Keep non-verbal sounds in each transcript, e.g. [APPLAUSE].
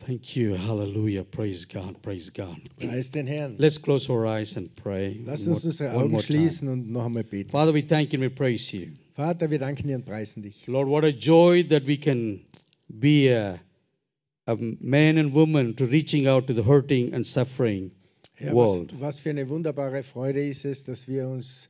Thank you. Hallelujah. Praise God. Praise God. Preis den Herrn. Let's close our eyes and pray. Lass one uns unsere more- one Augen more time. schließen und noch einmal beten. Father, we thank you and we praise you. Vater, wir danken dir und preisen dich. Lord, what a joy that we can be a, a man and woman to reaching out to the hurting and suffering. Herr, World. was, was für eine wunderbare Freude ist es, dass wir uns,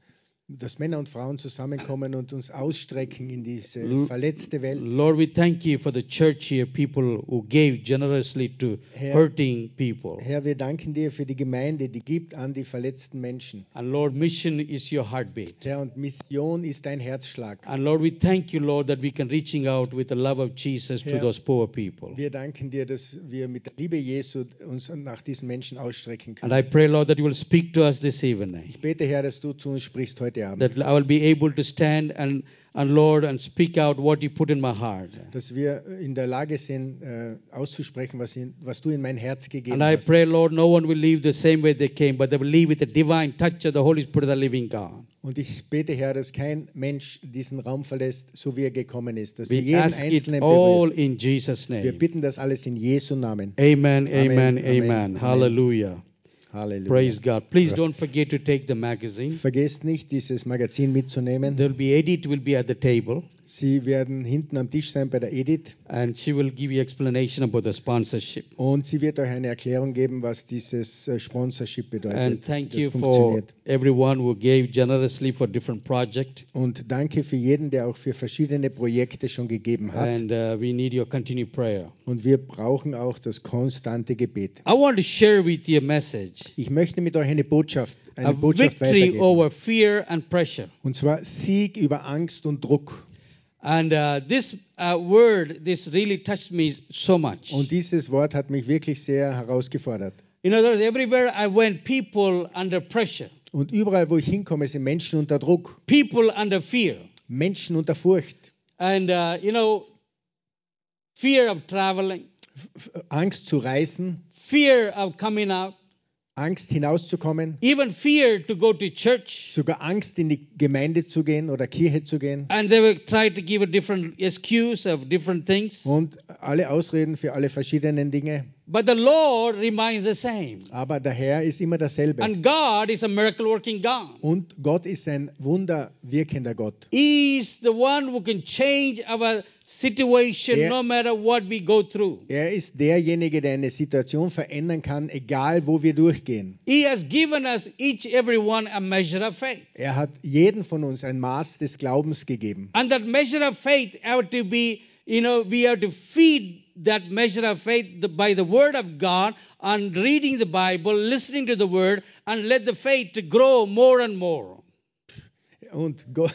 dass Männer und Frauen zusammenkommen und uns ausstrecken in L- diese verletzte Welt. Lord, we thank you for the church here, people who gave generously to Herr- hurting people. Herr, wir danken dir für die Gemeinde, die gibt an die verletzten Menschen. And Lord, mission is your heartbeat. Herr, und Mission ist dein Herzschlag. And Lord, we thank you, Lord, that we can reaching out with the love of Jesus to Herr- those poor people. Wir danken dir, dass wir mit der Liebe Jesu uns nach diesen Menschen ausstrecken können. And I pray, Lord, that you will speak to us this evening. Ich bete, Herr, dass du zu uns sprichst heute Abend. That I will be able to stand and, and Lord and speak out what you put in my heart. Dass wir in der Lage sind, äh, auszusprechen, was, in, was du in mein Herz And gegeben I hast. pray, Lord, no one will leave the same way they came, but they will leave with the divine touch of the Holy Spirit of the living God. Und ich bete, Herr, dass kein Mensch diesen Raum verlässt, so wie er gekommen ist. Dass du We jeden ask Einzelnen it all berührst. in Jesus' Wir name. bitten das alles in Jesu Namen. Amen, amen, Amen, amen. amen. Hallelujah. Halleluja. Praise God. Please Right. don't forget to take the magazine. Vergesst nicht, dieses Magazin mitzunehmen. There will be Edith will be at the table, Sie werden hinten am Tisch sein bei der Edith. and she will give you explanation about the sponsorship. Und sie wird euch eine Erklärung geben, was dieses äh, Sponsorship bedeutet. And thank wie you das for funktioniert. everyone who gave generously for different project. Und danke für jeden, der auch für verschiedene Projekte schon gegeben hat. And uh, we need your continued prayer. Und wir brauchen auch das konstante Gebet. I want to share with you a message. Ich möchte mit euch eine Botschaft, eine a Botschaft victory weitergeben. over fear and pressure. Und zwar Sieg über Angst und Druck. And uh, this uh, word, this really touched me so much. Und dieses Wort hat mich wirklich sehr herausgefordert. In other words, everywhere I went, people under pressure, Und überall, wo ich hinkomme, sind Menschen unter Druck, people under fear. Menschen unter Furcht, And, uh, you know, fear of traveling, F- F- Angst zu reisen, fear of coming out, Angst hinauszukommen, even fear to go to church. sogar Angst in die Gemeinde zu gehen oder Kirche zu gehen. And they will try to give a different excuse of different things. Und alle Ausreden für alle verschiedenen Dinge. But the Lord remains the same. Aber der Herr ist immer derselbe. And God is a miracle working God. Und Gott ist ein wunderwirkender Gott. He is the one who can change our situation Yeah. no matter what we go through. Er ist derjenige, der eine Situation verändern kann, egal wo wir durchgehen. He has given us each everyone a measure of faith. Er hat jeden von uns ein Maß des Glaubens gegeben. And that measure of faith have to be, you know, we have to feed that measure of faith the- by the word of God and reading the Bible, listening to the word, and let the faith to grow more and more. Und Gott,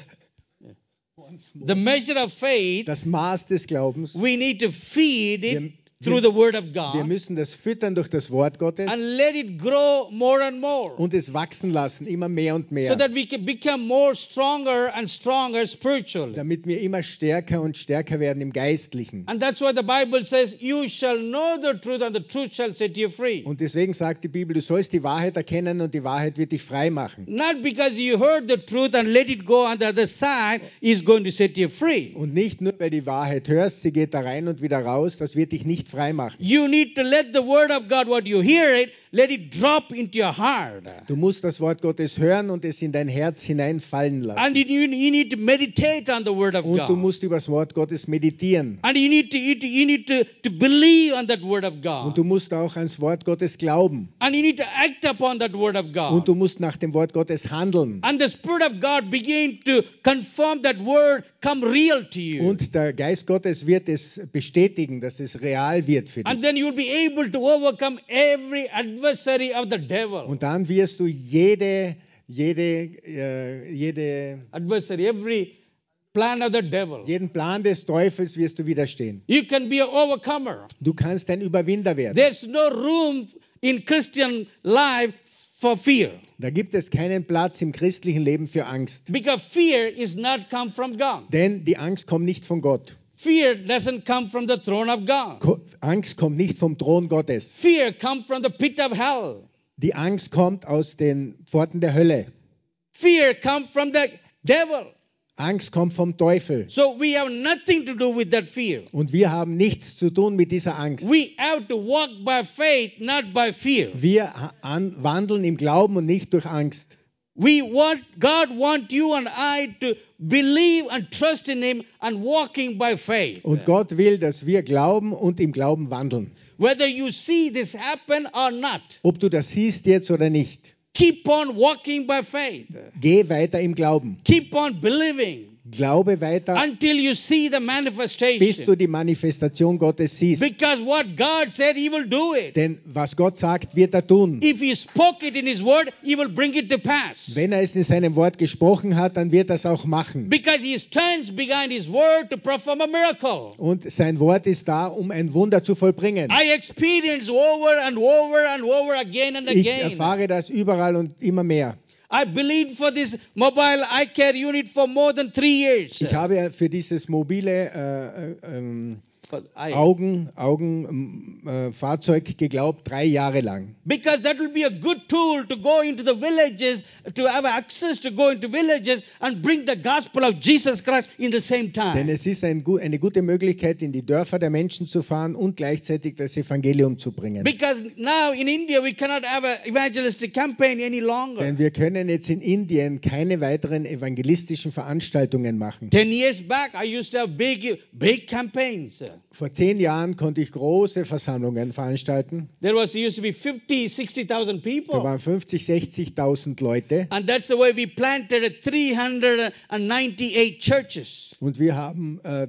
The measure of faith, das Maß des Glaubens, we need to feed it Wir- through wir- the word of wir God müssen das füttern durch das Wort Gottes and let it grow more and more. und es wachsen lassen, immer mehr und so mehr, that we can become more stronger and stronger spiritually. damit wir immer stärker und stärker werden im Geistlichen. And that's why the Bible says, You shall know the truth, and the truth shall set you free. Und deswegen sagt die Bibel, du sollst die Wahrheit erkennen und die Wahrheit wird dich frei machen. Not because you heard the truth and let it go on the other side is going to set you free. Und nicht nur, weil die Wahrheit hörst, sie geht da rein und wieder raus, das wird dich nicht frei machen. You need to let the word of God, what you hear it, let it drop into your heart. Du musst das Wort Gottes hören und es in dein Herz hineinfallen And lassen. you, you need to meditate on the word of Und du God. musst über das Wort Gottes meditieren. And you need to you, to- you need to, to believe on that word of Und God. du musst auch ans Wort Gottes glauben. And you need to act upon that word of God. Und du musst nach dem Wort Gottes handeln. And the Spirit of God began to confirm that word come real to you. Und der Geist Gottes wird es bestätigen, dass es real wird für and dich. then you'll be able to overcome every adversary of the devil. Und dann wirst du jede, jede, äh, jede, adversary, every plan of the devil. jeden Plan des Teufels wirst du widerstehen. You can be an overcomer. Du kannst ein Überwinder werden. There's no room in Christian life for fear Da gibt es keinen Platz im christlichen Leben für Angst. because fear is not come from God. Denn die Angst kommt nicht von Gott. Fear doesn't come from the throne of God. Ko- Angst kommt nicht vom Thron Gottes. Fear comes from the pit of hell. Die Angst kommt aus den Pforten der Hölle. Fear comes from the devil. Angst kommt vom Teufel. So we have nothing to do with that fear. Und wir haben nichts zu tun mit dieser Angst. We have to walk by faith, not by fear. Wir ha- an, wandeln im Glauben und nicht durch Angst. We want God want you and I to believe and trust in him and walking by faith. Und Gott will, dass wir glauben und im Glauben wandeln. Whether you see this happen or not, Ob du das siehst jetzt oder nicht, keep on walking by faith. geh weiter im Glauben. Keep on believing Glaube weiter, until you see the bis du manifestation. die Manifestation Gottes siehst. Because what God said he will do it. Denn was Gott sagt, wird er tun. If he spoke it in his word, he will bring it to pass. Wenn er es in seinem Wort gesprochen hat, dann wird er es auch machen. Because he stands behind his word to perform a miracle. Und sein Wort ist da, um ein Wunder zu vollbringen. I experience over and over and over again and Ich again. erfahre das überall und immer mehr. I believed for this mobile eye care unit for more than three years. Ich habe ja für dieses mobile äh, äh, ähm, For eye. Augen, Augen, ähm, äh, Fahrzeug geglaubt, drei Jahre lang. Because that will be a good tool to go into the villages, to have access to go into villages and bring the gospel of Jesus Christ in the same Denn time. es ist ein, gu- eine gute Möglichkeit, in die Dörfer der Menschen zu fahren und gleichzeitig das Evangelium zu bringen. Because now in India we cannot have an evangelistic campaign any longer. Denn wir können jetzt in Indien keine weiteren evangelistischen Veranstaltungen machen. Ten years back I used to have big, big campaigns. Vor zehn Jahren konnte ich große Versammlungen veranstalten. There was used to be 50, 60,000 Da people. waren 50, 60.000 Leute And that's the way we planted 398 churches. und wir haben äh,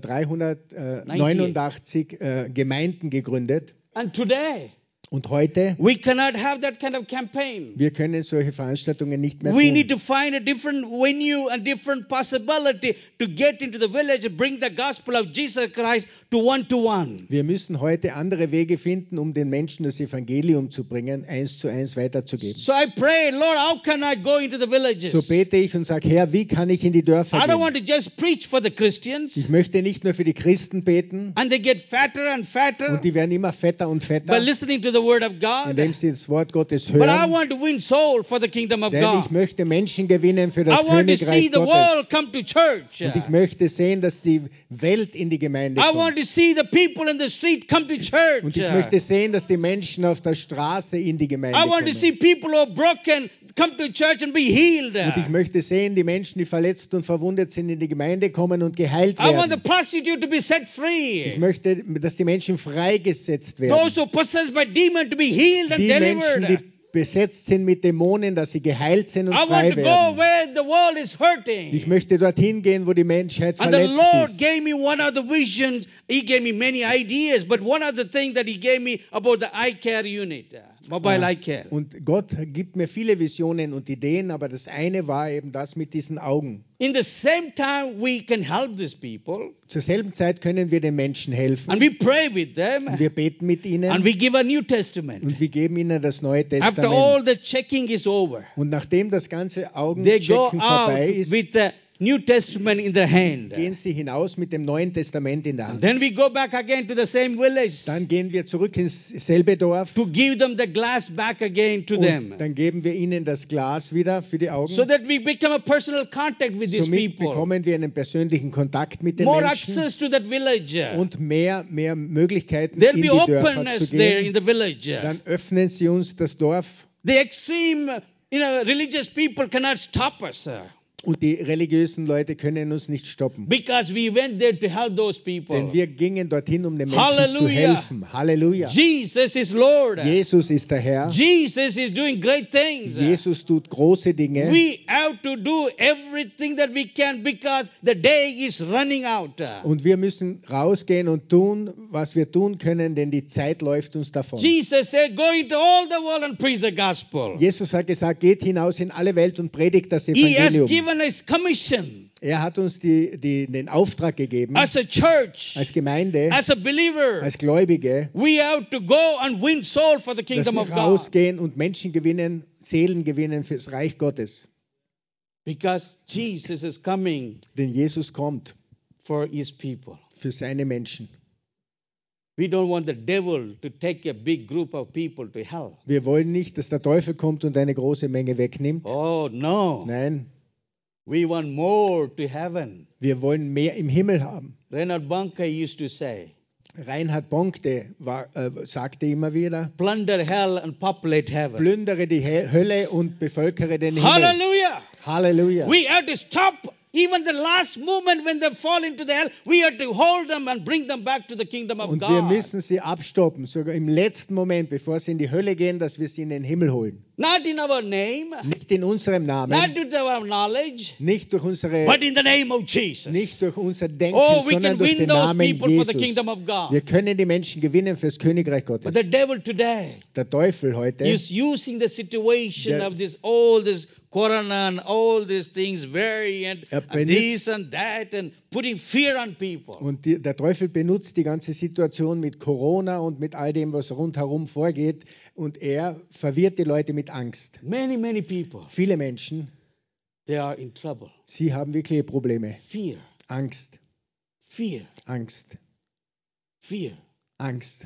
389 äh, Gemeinden gegründet. And today, Und heute, we cannot have that kind of campaign. wir können solche Veranstaltungen nicht mehr We need tun. to find a different venue, a different possibility to get into the village and bring the gospel of Jesus Christ to one to one. Wir müssen heute andere Wege finden, um den Menschen das Evangelium zu bringen, eins zu eins weiterzugeben. So I pray, Lord, how can I go into the villages? So bete ich und sage, Herr, wie kann ich in die Dörfer I don't gehen? want to just preach for the Christians Ich möchte nicht nur für die Christen beten and they get fatter and fatter und die werden immer fetter und by fetter, listening to the word of God. indem sie das Wort Gottes But I hören. want to win soul for the kingdom of Denn ich God. möchte Menschen gewinnen für das I want to see Königreich the Gottes. world come to church. Und ich möchte sehen, dass die Welt in die Gemeinde I want kommt. to see the people in the street come to church. Und ich möchte sehen, dass die Menschen auf der Straße in die Gemeinde I kommen. want to see Und people who are broken come to church and be healed. ich I möchte sehen, die Menschen, die verletzt und verwundet sind, in die Gemeinde kommen und geheilt want the werden. prostitute to be set Ich free. möchte, dass die Menschen freigesetzt Those werden. who possessed by demon to be healed and Die Menschen, die delivered. besetzt sind mit Dämonen, dass sie geheilt sind und I want frei to go werden. where the world is Ich hurting. möchte dorthin gehen, wo die Menschheit And the verletzt Lord ist. gave me one of the visions. He gave me many ideas, but one of the things that He gave me about the eye care unit, uh, mobile eye care. Und Gott gibt mir viele Visionen und Ideen, aber das eine war eben das mit diesen Augen. In the same time, we can help these people, Zur selben Zeit können wir den Menschen helfen. and we pray with them, Und wir beten mit and ihnen we give a New Testament. und wir geben ihnen das Neue After all Testament. the checking is over, Und nachdem das ganze they go Augenchecken out vorbei ist, with the New Testament in their gehen hand. sie hinaus mit dem Neuen Testament in der Hand. Then we go back again to the same village Dann gehen wir zurück ins selbe Dorf to give them the glass back again to und them. dann geben wir ihnen das Glas wieder für die Augen. So that we become a personal contact with these Somit people. bekommen wir einen persönlichen Kontakt mit den More Menschen access to that village. und mehr, mehr Möglichkeiten, There'll be in die Dörfer openness zu there in gehen. the village. dann öffnen sie uns das Dorf The extreme, you know, religious people cannot stop us uh, und die religiösen Leute können uns nicht stoppen. because we went there to help those people. Denn wir gingen dorthin, um den Menschen zu Halleluja. helfen. Halleluja. Jesus is Lord. Jesus ist der Herr. Jesus is doing great things. Jesus tut große Dinge. We have to do everything that we can because the day is running out. Und wir müssen rausgehen und tun, was wir tun können, denn die Zeit läuft uns davon. Jesus said, Go into all the world and preach the gospel. Jesus hat gesagt, geht hinaus in alle Welt und predigt das He has Evangelium. given us commission Er hat uns die, die, den Auftrag gegeben, as a church, als Gemeinde, Hmm. as a believer. als Gläubige, We have to go and win soul for the dass kingdom wir of God rausgehen und Menschen gewinnen, Seelen gewinnen fürs Reich Gottes. because Jesus is coming Denn Jesus kommt for his people. für seine Menschen. We don't want the devil to take a big group of people to hell. Wir wollen nicht, dass der Teufel kommt und eine große Menge wegnimmt. Oh, no. Nein, We want more to heaven. Wir wollen mehr im Himmel haben. Reinhard Bunke used to say, Reinhard Bonkte war, äh, sagte immer wieder, plunder hell and populate heaven. plündere die He Hölle und bevölkere den Himmel. Hallelujah! Halleluja. We have to stop even the last moment when they fall into the hell. We have to hold them and bring them back to the kingdom of Und wir God. müssen sie abstoppen, sogar im letzten Moment, bevor sie in die Hölle gehen, dass wir sie in den Himmel holen. Not in our name, Nicht in unserem not Namen, with our knowledge, nicht durch unsere but in the name of Jesus. nicht durch unser Denken, Oh, we can sondern durch win den those Namen people for the Jesus. kingdom of God. Wir können die Menschen gewinnen fürs Königreich Gottes. But the devil today Der Teufel heute is using the situation Der- of this all this corona and all these things variant Er and benutzt- this and that and putting fear on people. und die, der Teufel benutzt die ganze Situation mit Corona und mit all dem, was rundherum vorgeht, und er verwirrt die Leute mit Angst. Many, many people Viele Menschen, they are in trouble. sie haben wirkliche Probleme. Fear, Angst, fear, Angst, fear. Angst.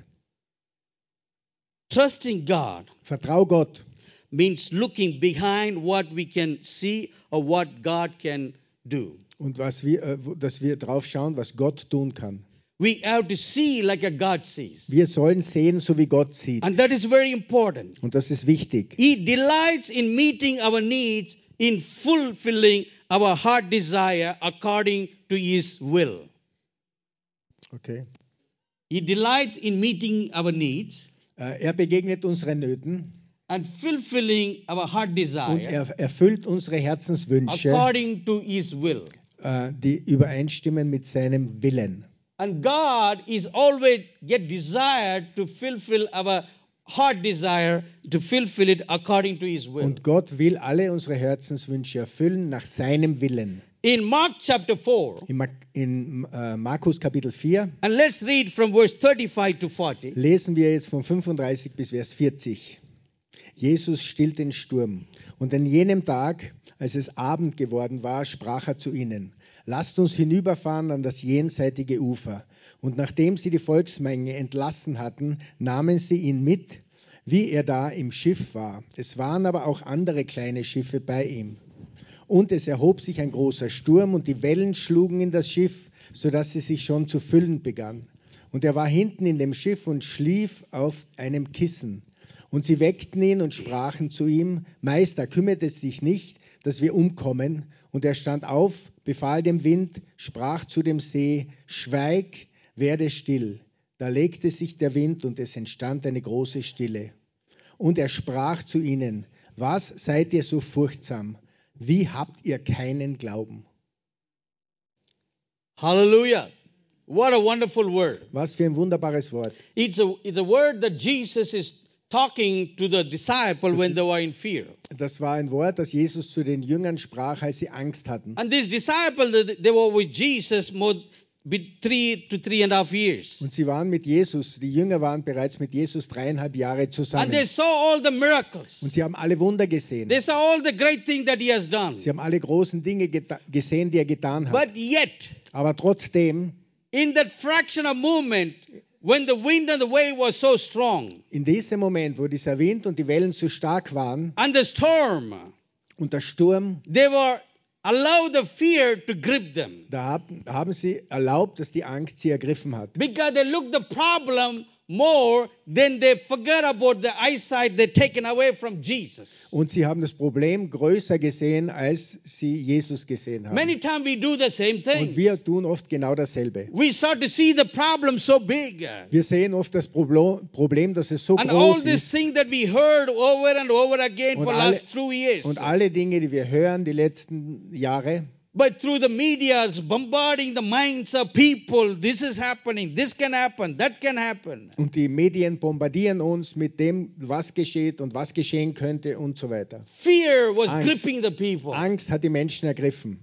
Trusting God Vertrau Gott. means looking behind what we can see or what God can do. Und was wir, äh, wo- dass wir drauf schauen, was Gott tun kann. We have to see like a God sees. Wir sollen sehen, so wie Gott sieht. And that is very important. Und das ist wichtig. He delights in meeting our needs, in fulfilling our heart desire according to His will. Okay. He delights in meeting our needs Äh, Er begegnet unseren Nöten and fulfilling our heart und desire er erfüllt unsere Herzenswünsche, according to His will. äh, die übereinstimmen mit seinem Willen. And God is always yet desired to fulfill our heart desire, to fulfill it according to His will. Und Gott will alle unsere Herzenswünsche erfüllen nach seinem Willen. In Mark chapter 4, In, Mar in äh, Markus Kapitel 4 and let's read from verse 35 to 40. lesen wir jetzt von 35 bis Vers 40. Jesus stillt den Sturm. Und an jenem Tag, als es Abend geworden war, sprach er zu ihnen, lasst uns hinüberfahren an das jenseitige Ufer. Und nachdem sie die Volksmenge entlassen hatten, nahmen sie ihn mit, wie er da im Schiff war. Es waren aber auch andere kleine Schiffe bei ihm. Und es erhob sich ein großer Sturm und die Wellen schlugen in das Schiff, so dass sie sich schon zu füllen begann. Und er war hinten in dem Schiff und schlief auf einem Kissen. Und sie weckten ihn und sprachen zu ihm, Meister, kümmert es dich nicht, dass wir umkommen? Und er stand auf, befahl dem Wind, sprach zu dem See, Schweig, werde still. Da legte sich der Wind und es entstand eine große Stille. Und er sprach zu ihnen, was seid ihr so furchtsam? Wie habt ihr keinen Glauben? Hallelujah. What a wonderful word. Was für ein wunderbares Wort. It's a, it's a word that Jesus is talking to the disciple when they were in fear. Das war ein Wort, das Jesus zu den Jüngern sprach, als sie Angst hatten. And these disciples, they- they were with Jesus more be- three to three and a half years. Und sie waren mit Jesus, die Jünger waren bereits mit Jesus dreieinhalb Jahre And zusammen. they saw all the miracles. Und sie haben alle Wunder gesehen. They saw all the great things that he has done. Sie haben alle großen Dinge geta- gesehen, die er getan hat. But yet, Aber trotzdem, in that fraction of moment, when the wind and the wave was so strong, in diesem Moment, wo dieser Wind und die Wellen so stark waren and the storm, und der Sturm, they were allowed the fear to grip them. da haben, haben sie erlaubt, dass die Angst sie ergriffen hat. because they look the problem more than they forget about the eyesight they taken away from Jesus. Und sie haben das Problem größer gesehen, als sie Jesus gesehen haben. Many times we do the same und thing. wir tun oft genau dasselbe. We start to see the problem so big. And Wir sehen oft das Problo- Problem, dass es so all groß these ist. things that we heard over and over again Und for alle- last two years. Und alle Dinge, die wir hören die letzten Jahre, But through the media, it's bombarding the minds of people. This is happening. This can happen. That can happen. und die Medien bombardieren uns mit dem, was geschieht und was geschehen könnte und so weiter. Fear was Angst. gripping the people. Angst hat die Menschen ergriffen.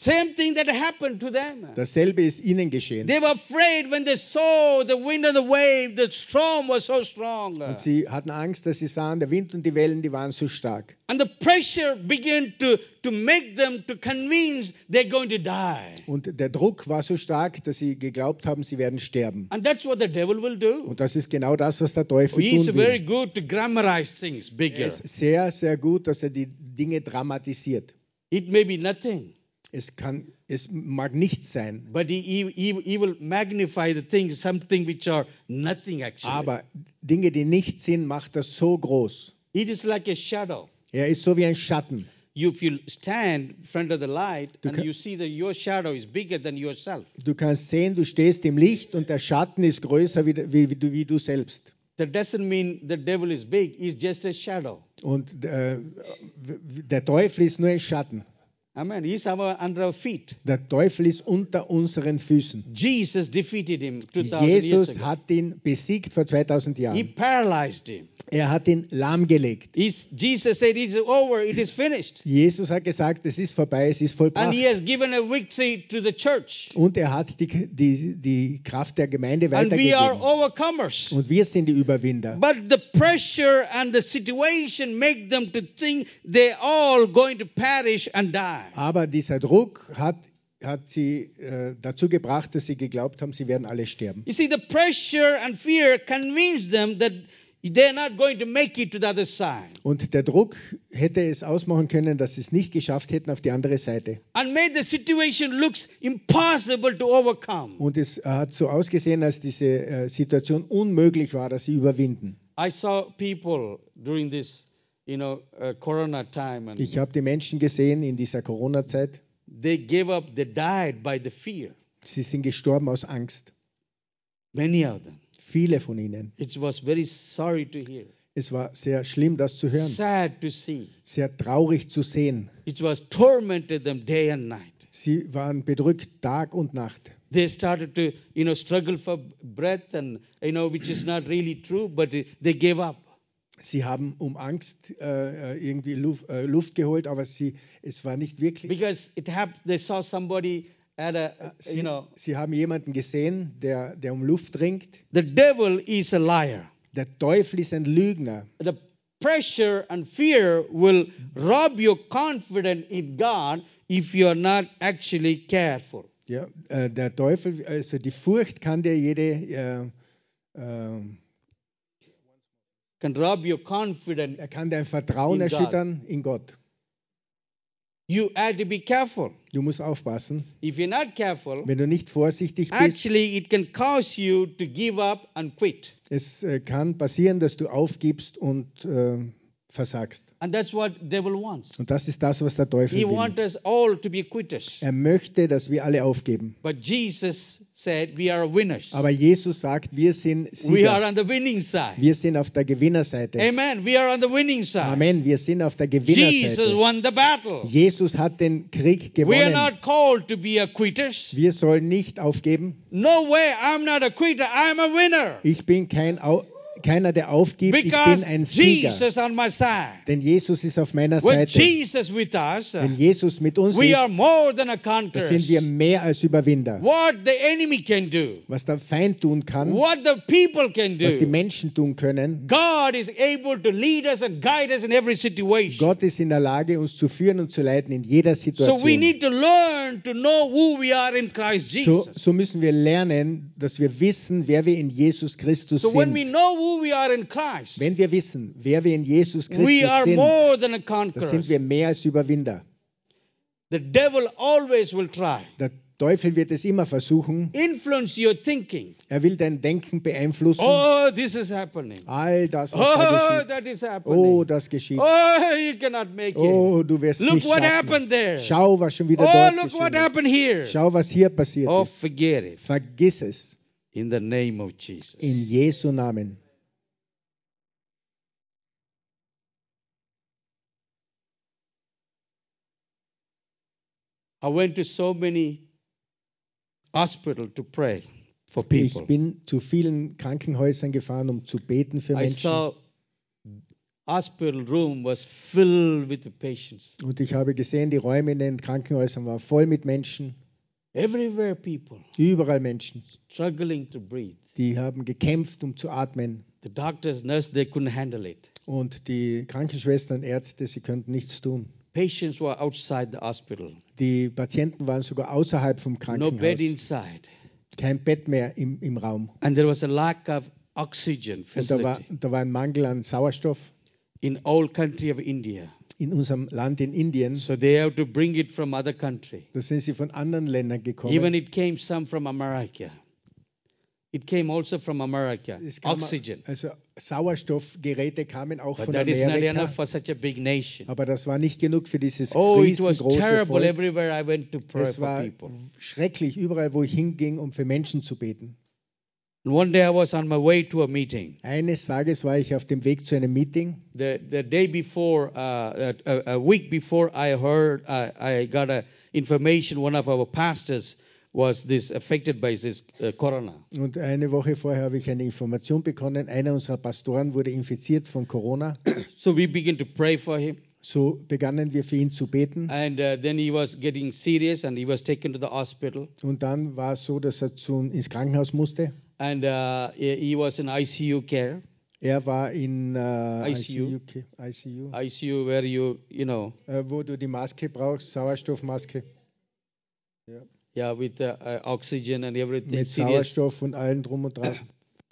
Same thing that happened to them. Dasselbe ist ihnen geschehen. They were afraid when they saw the wind and the wave, the storm was so strong. Und sie hatten Angst, dass sie sahen, der Wind und die Wellen, die waren so stark. And the pressure began to, to make them to convince they're going to die. Und der Druck war so stark, dass sie geglaubt haben, sie werden sterben. And that's what the devil will do. Und das ist genau das, was der Teufel He's tun very will. good to grammarize things Er bigger. ist sehr, sehr gut, dass er die Dinge dramatisiert. It may be nothing, Es, kann, es mag nichts sein, but he, he, he, he will magnify the things, something which are nothing actually. aber Dinge, die nicht sind, macht er so groß. It is like a shadow. Er ist so wie ein Schatten. You, if you stand in front of the light Du and kann- you see that your shadow is bigger than yourself, Du kannst sehen, du stehst im Licht und der Schatten ist größer wie, wie, wie, du, wie du selbst. that doesn't mean the devil is big, he's just a shadow. Und äh, w- der Teufel ist nur ein Schatten. Amen. He's our, under our feet. Der Teufel ist unter unseren Füßen. Jesus defeated him 2000 years Jesus ago. hat ihn besiegt vor 2000 He Jahren. paralyzed him. Er hat ihn lahmgelegt. He's, Jesus said, It's over, it is finished. Jesus hat gesagt, es ist vorbei, es ist And vollbracht. he has given a victory to the church. Und er hat die, die, die Kraft der Gemeinde And we are weitergegeben. overcomers. Und wir sind die Überwinder. But the pressure and the situation make them to think they're all going to perish and die. Aber dieser Druck hat, hat sie äh, dazu gebracht, dass sie geglaubt haben, sie werden alle sterben. You see, the pressure and fear convince them that they're not going to make it to the other side Und der Druck hätte es ausmachen können, dass sie es nicht geschafft hätten auf die andere Seite. and made the situation looks impossible to overcome. Und es hat so ausgesehen, als diese äh, Situation unmöglich war, dass sie überwinden. I saw people during this, you know, uh, corona time and Ich habe die Menschen gesehen in dieser Corona-Zeit. they gave up, they died by the fear. Sie sind gestorben aus Angst. Many of them. Viele von ihnen. It was very sorry to hear, Es war sehr schlimm, das zu hören. sad to see. Sehr traurig zu sehen. It was tormented them day and night. Sie waren bedrückt Tag und Nacht. They started to, you know, struggle for breath and, you know, which is not really true, but they gave up. Sie haben um Angst äh, äh, irgendwie Luft, äh, Luft geholt, aber sie, es war nicht wirklich. Because it happened, they saw somebody at a, Sie, you know, sie haben jemanden gesehen, der, der um Luft ringt. the devil is a liar. Der Teufel ist ein Lügner. The pressure and fear will rob your confidence in God if you are not actually careful. Ja, äh, der Teufel, also die Furcht kann dir jede, äh, äh, Can rob your confidence. er kann dein Vertrauen In God. erschüttern in Gott. You have to be careful. Du musst aufpassen. If you're not careful, Wenn du nicht vorsichtig bist, actually it can cause you to give up and quit. es äh, kann passieren, dass du aufgibst und äh, versagst. And that's what devil wants. Und das ist das, was der Teufel He will. wants us all to be quitters. Er möchte, dass wir alle aufgeben. But Jesus said we are winners. Aber Jesus sagt, wir sind We are Sieger. on the winning side. Wir sind auf der Gewinnerseite. Amen. We are on the winning side. Amen. Wir sind auf der Jesus Gewinnerseite. won the battle. Jesus hat den Krieg We are gewonnen. not called to be a quitters. Wir sollen nicht aufgeben. No way, I'm not a quitter, I'm a winner. Ich bin kein Au keiner, der aufgibt. Ich bin Because ein Sieger. Jesus on my side. Denn Jesus ist auf meiner When Seite. Jesus with us, Wenn Jesus mit uns we ist, are more than a dann conqueror. sind wir mehr als Überwinder. What the enemy can do, Was der Feind tun kann, what the people can was die do. Menschen tun können. God is able to lead us and guide us in every situation. Gott ist in der Lage, uns zu führen und zu leiten in jeder So we Situation. need to learn to know who we are in Christ So, Jesus. so müssen wir lernen, dass wir wissen, wer wir in Jesus Christus So when we sind. know who we are in Christ, Wenn wir wissen, wer wir in Jesus Christus we are sind, more than a dann conqueror. sind wir mehr als Überwinder. The devil always will try. Der Teufel wird es immer versuchen. Influence your thinking. Er will dein Denken beeinflussen. Oh, this is happening. All das, was da Oh, geschieht. that is Oh, happening. das geschieht. Oh, you cannot make it. Oh, du wirst Look nicht what schaffen. happened there. Schau, was schon wieder Oh, dort look geschehen what ist. happened here. Schau, was hier passiert Oh, ist. forget it. Vergiss es. In the name of Jesus. In Jesu Namen. I went to so many hospitals to pray for Ich people. bin zu vielen Krankenhäusern gefahren, um zu beten für I Menschen. saw hospital room was filled with the patients. Und ich habe gesehen, die Räume in den Krankenhäusern waren voll mit Menschen. Everywhere people Überall Menschen. struggling to breathe. Die haben gekämpft, um zu atmen. The doctors, nurse, they couldn't handle it. Und die Krankenschwestern und Ärzte, sie könnten nichts tun. Patients were outside the hospital. Die Patienten waren sogar außerhalb vom No bed Krankenhaus. inside. Kein Bett mehr im, im Raum. And there was a lack of oxygen Und da war, facility da war ein Mangel an Sauerstoff in all country of India. in unserem Land in Indien. So they have to bring it from other country. Da sind sie von anderen Ländern Even gekommen. it came some from America. It came also from America. Es kam- Oxygen. Also Sauerstoffgeräte kamen auch But von that is not enough Amerika. for such a big nation. Aber das war nicht genug für dieses Oh, it was riesengroße terrible Volk. everywhere I went to pray Es for war people. schrecklich, überall wo ich hinging, um für Menschen zu beten. And one day I was on my way to a meeting. Eines Tages war ich auf dem Weg zu einem Meeting. The, the day before, uh, a, a week before, I heard, uh, I got a information one of our pastors was this affected by this uh, corona. Und eine Woche vorher habe ich eine Information bekommen, einer unserer Pastoren wurde infiziert von Corona. So we began to pray for him. So begannen wir für ihn zu beten. And uh, then he was getting serious and he was taken to the hospital. Und dann war es so, dass er zu, ins Krankenhaus musste. And uh, he he was in ICU care. Er war in ICU. äh, ICU, okay, ICU ICU where you, you know, äh, wo du die Maske brauchst, Sauerstoffmaske yeah, with uh, uh, oxygen and everything. mit Serious. Sauerstoff und allem drum und dran.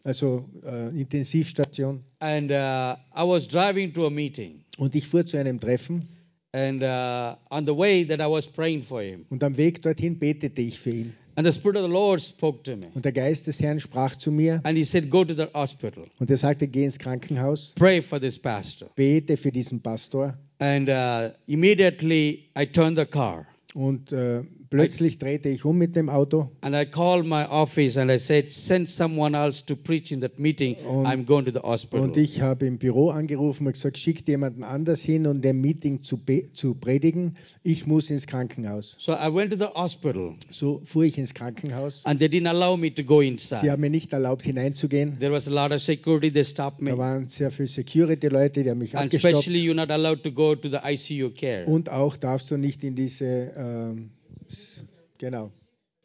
Also äh, Intensivstation. And uh, I was driving to a meeting. Und ich fuhr zu einem Treffen And uh, on the way that I was praying for him, und am Weg dorthin betete ich für ihn. and the Spirit of the Lord spoke to me. Und der Geist des Herrn sprach zu mir And he said, Go to the hospital, und er sagte, geh ins Krankenhaus, pray for this pastor. bete für diesen Pastor. And uh, immediately I turned the car Und äh, plötzlich drehte ich um mit dem Auto and I called my office and I said, Send someone else to preach in that meeting. Und- I'm going to the hospital. und ich habe im Büro angerufen und gesagt, schickt jemanden anders hin, um dem Meeting zu, be- zu predigen. Ich muss ins Krankenhaus. So I went to the hospital So fuhr ich ins Krankenhaus. and they didn't allow me to go Sie inside. haben mir nicht erlaubt, hineinzugehen. There was a lot of security, they stopped Da me. waren sehr viele Security-Leute, die haben mich And abgestoppt. especially, you're not allowed to go to the ICU care. Und auch darfst du nicht in diese, ähm, s- genau,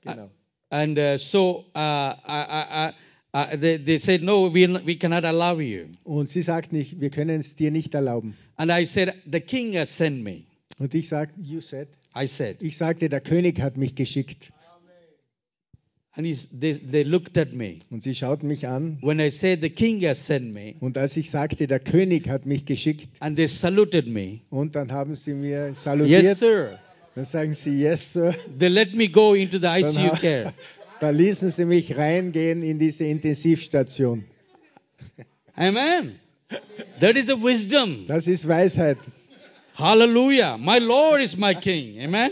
genau. And uh, so uh, I, I, I, I, they, they said, no, we, we cannot allow you. Und sie sagt nicht, wir können es dir nicht erlauben. And I said, the king has sent me. Und ich sag, you said, I said. ich sagte, der König hat mich geschickt. And he's, they, they looked at me. Und sie schauten mich an. When I said, the king has sent me, Und als ich sagte, der König hat mich geschickt, and they saluted me. und dann haben sie mir salutiert. Yes, sir. Dann sagen sie, yes, sir. They let me go into the Dann ICU ha- care. da ließen sie mich reingehen in diese Intensivstation. Amen. That is the wisdom. Das ist Weisheit. Hallelujah. My Lord is my king. Amen.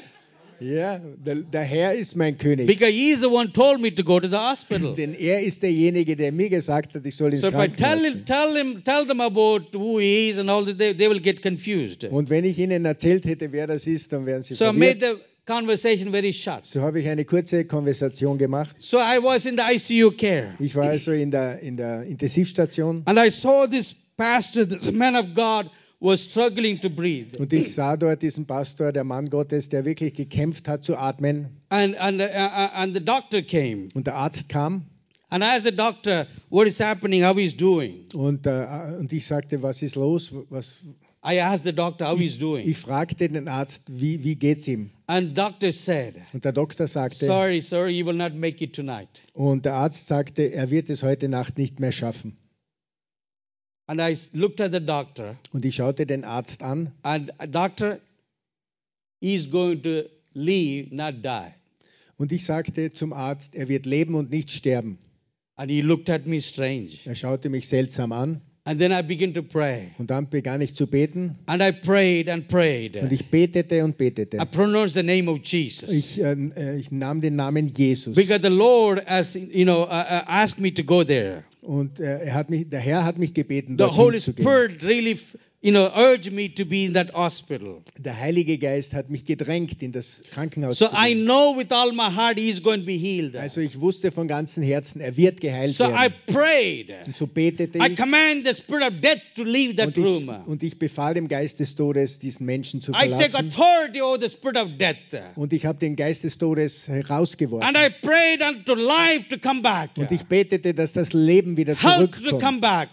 Ja, der, der Herr ist mein König. Because he is the one told me to go to the hospital. Denn er ist derjenige, der mir gesagt hat, ich soll ins So if I tell Krankenhaus him, gehen. tell him, tell them about who he is and all this, they, they will get confused. Und wenn ich ihnen erzählt hätte, wer das ist, dann wären sie So I made verwirrt. the conversation very short. So habe ich eine kurze Konversation gemacht. So I was in the ICU care, Ich war also in der, in der Intensivstation and I saw this pastor, this man of God, was struggling to breathe, und ich sah dort diesen Pastor, der Mann Gottes, der wirklich gekämpft hat zu atmen. and and uh, uh, and the doctor came, Und der Arzt kam and I asked the doctor what is happening, how he's doing. und, äh, und ich sagte, was ist los? Was? I asked the doctor how he's doing, Ich fragte den Arzt, wie, wie geht's ihm? and doctor said, Und der Doktor sagte, "Sorry, sir, you will not make it tonight." und der Arzt sagte, er wird es heute Nacht nicht mehr schaffen. And I s- looked at the doctor, Und ich schaute den Arzt an and uh, doctor, he's going to leave, not die. und ich sagte zum Arzt, er wird leben und nicht sterben. And he looked at me strange. Er schaute mich seltsam an And then I began to pray. und dann begann ich zu beten And I prayed and und prayed. ich betete und I betete. pronounced the name of Jesus. Ich, äh, äh, ich nahm den Namen Jesus Because the Lord has, you know, uh, uh, asked me to go there. und äh, er hat mich, der Herr hat mich gebeten, The Holy dorthin zu gehen. Spirit really, f- you know, urged me to be in that hospital. Der Heilige Geist hat mich gedrängt, in das Krankenhaus So zu I gehen. know with all my heart he's going to be healed. Also ich wusste von ganzem Herzen, er wird geheilt So I werden. prayed. Und so betete I ich command the spirit of death to leave that und, ich room. und ich befahl dem Geist des Todes, diesen Menschen zu I take verlassen. authority over the spirit of death. Und ich habe den Geist des Todes herausgeworfen. And I prayed unto life to come back. Und ich betete, dass das Leben wieder Health to zurückkommt. come back.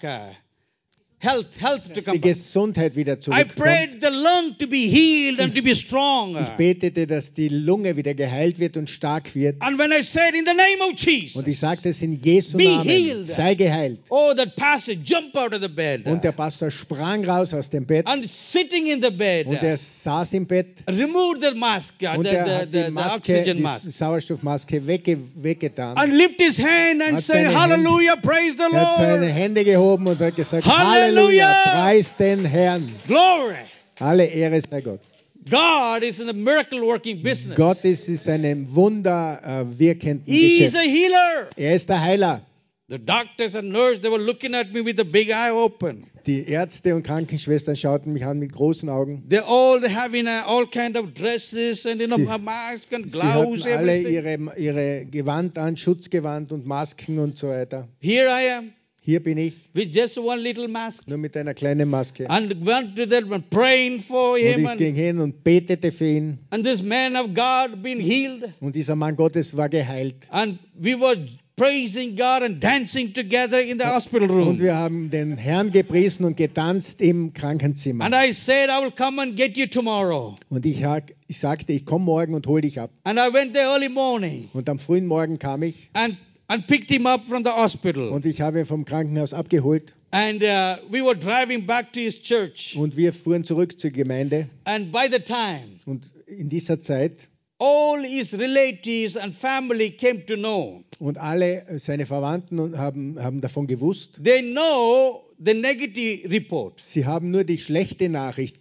health, health to come die back. Gesundheit wieder I zurückkommt. prayed the lung to be healed and to be strong. Ich betete, dass die Lunge wieder geheilt wird und stark wird. And when I said, in the name of Jesus, Und ich sagte es in Jesu Be Namen, healed. sei geheilt. oh, that pastor jumped out of the bed Und der Pastor sprang raus aus dem Bett and sitting in the bed, und er saß im Bett removed the mask, uh, the, und er the, hat the, die the Maske, oxygen die mask, Sauerstoffmaske wegge weggetan. and lift his hand and Hat say, seine Hände- Hallelujah, praise the Er hat seine Lord. Hände gehoben und hat gesagt, Halleluja! Halleluja, preis den Herrn. Glory. Alle Ehre sei Gott. God is in the miracle working business. Gott ist in seinem Wunder äh, wirkenden He is a Geschäft. healer. Er ist der Heiler. The doctors and nurse, they were looking at me with the big eye open. Die Ärzte und Krankenschwestern schauten mich an mit großen Augen. They all having uh, all kind of dresses and you know Sie- a mask and Sie gloves, hatten alle everything. ihre, ihre Gewand an, Schutzgewand und Masken und so weiter. Here I am Hier bin ich, with just one little mask. nur mit einer kleinen Maske. And went to them and praying for Und him. ich ging And, hin und betete für ihn. and this man of God being healed. Und dieser Mann Gottes war geheilt. And we were praising God and dancing together in the hospital Und room. wir haben den Herrn gepriesen und getanzt im Krankenzimmer. And I said, I will come and get you tomorrow. Und ich, hag- ich sagte, ich komme morgen und hole dich ab. And I went there early morning Und am frühen Morgen kam ich and, and picked him up from the hospital. und ich habe ihn vom Krankenhaus abgeholt And uh, we were driving back to his church. und wir fuhren zurück zur Gemeinde. And by the time, Und in dieser Zeit all his relatives and family came to know. und alle seine Verwandten und haben, haben davon gewusst. They know the negative report Sie haben nur die schlechte Nachricht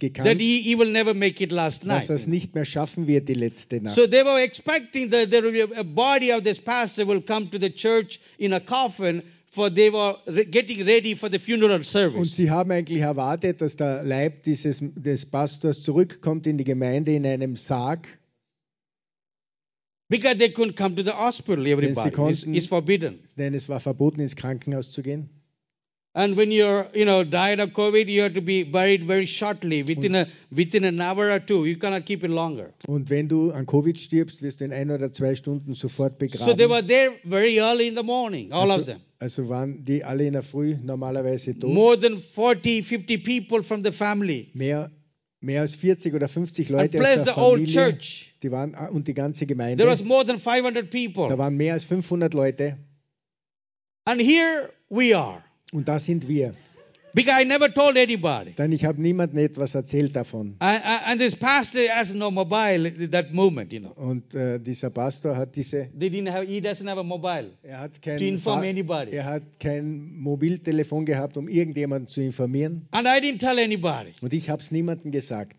that gekannt, he, he will never make it last dass night. er es nicht mehr schaffen wird, die letzte Nacht. So they were expecting that there will be a body of this pastor will come to the church in a coffin, for they were re- getting ready for the funeral Und service. sie haben eigentlich erwartet, dass der Leib dieses, des Pastors zurückkommt in die Gemeinde in einem Sarg. Because they couldn't come to the hospital, everybody. It's, konnten- it's forbidden. denn es war verboten, ins Krankenhaus zu gehen. And when you're, you know, died of COVID, you have to be buried very shortly, within a within an hour or two. You cannot keep it longer. Und wenn du an Covid stirbst, wirst du in ein oder zwei Stunden sofort begraben. So they were there very early in the morning, all of also, them. also waren die alle in der Früh normalerweise tot. More than 40, 50 people from the family. Mehr, mehr als 40 oder 50 And Leute plus aus der the old Familie. church. Die waren, und die ganze Gemeinde. There was more than 500 people. Da waren mehr als 500 Leute. And here we are. Und da sind wir. Because I never told anybody. Denn ich habe niemandem etwas erzählt davon. I, I, and this pastor has no mobile at that moment, you know. Und äh, dieser Pastor hat diese... They didn't have, he doesn't have a mobile. Er hat, kein To inform Fa- anybody. er hat kein Mobiltelefon gehabt, um irgendjemanden zu informieren. And I didn't tell anybody. Und ich habe es niemandem gesagt.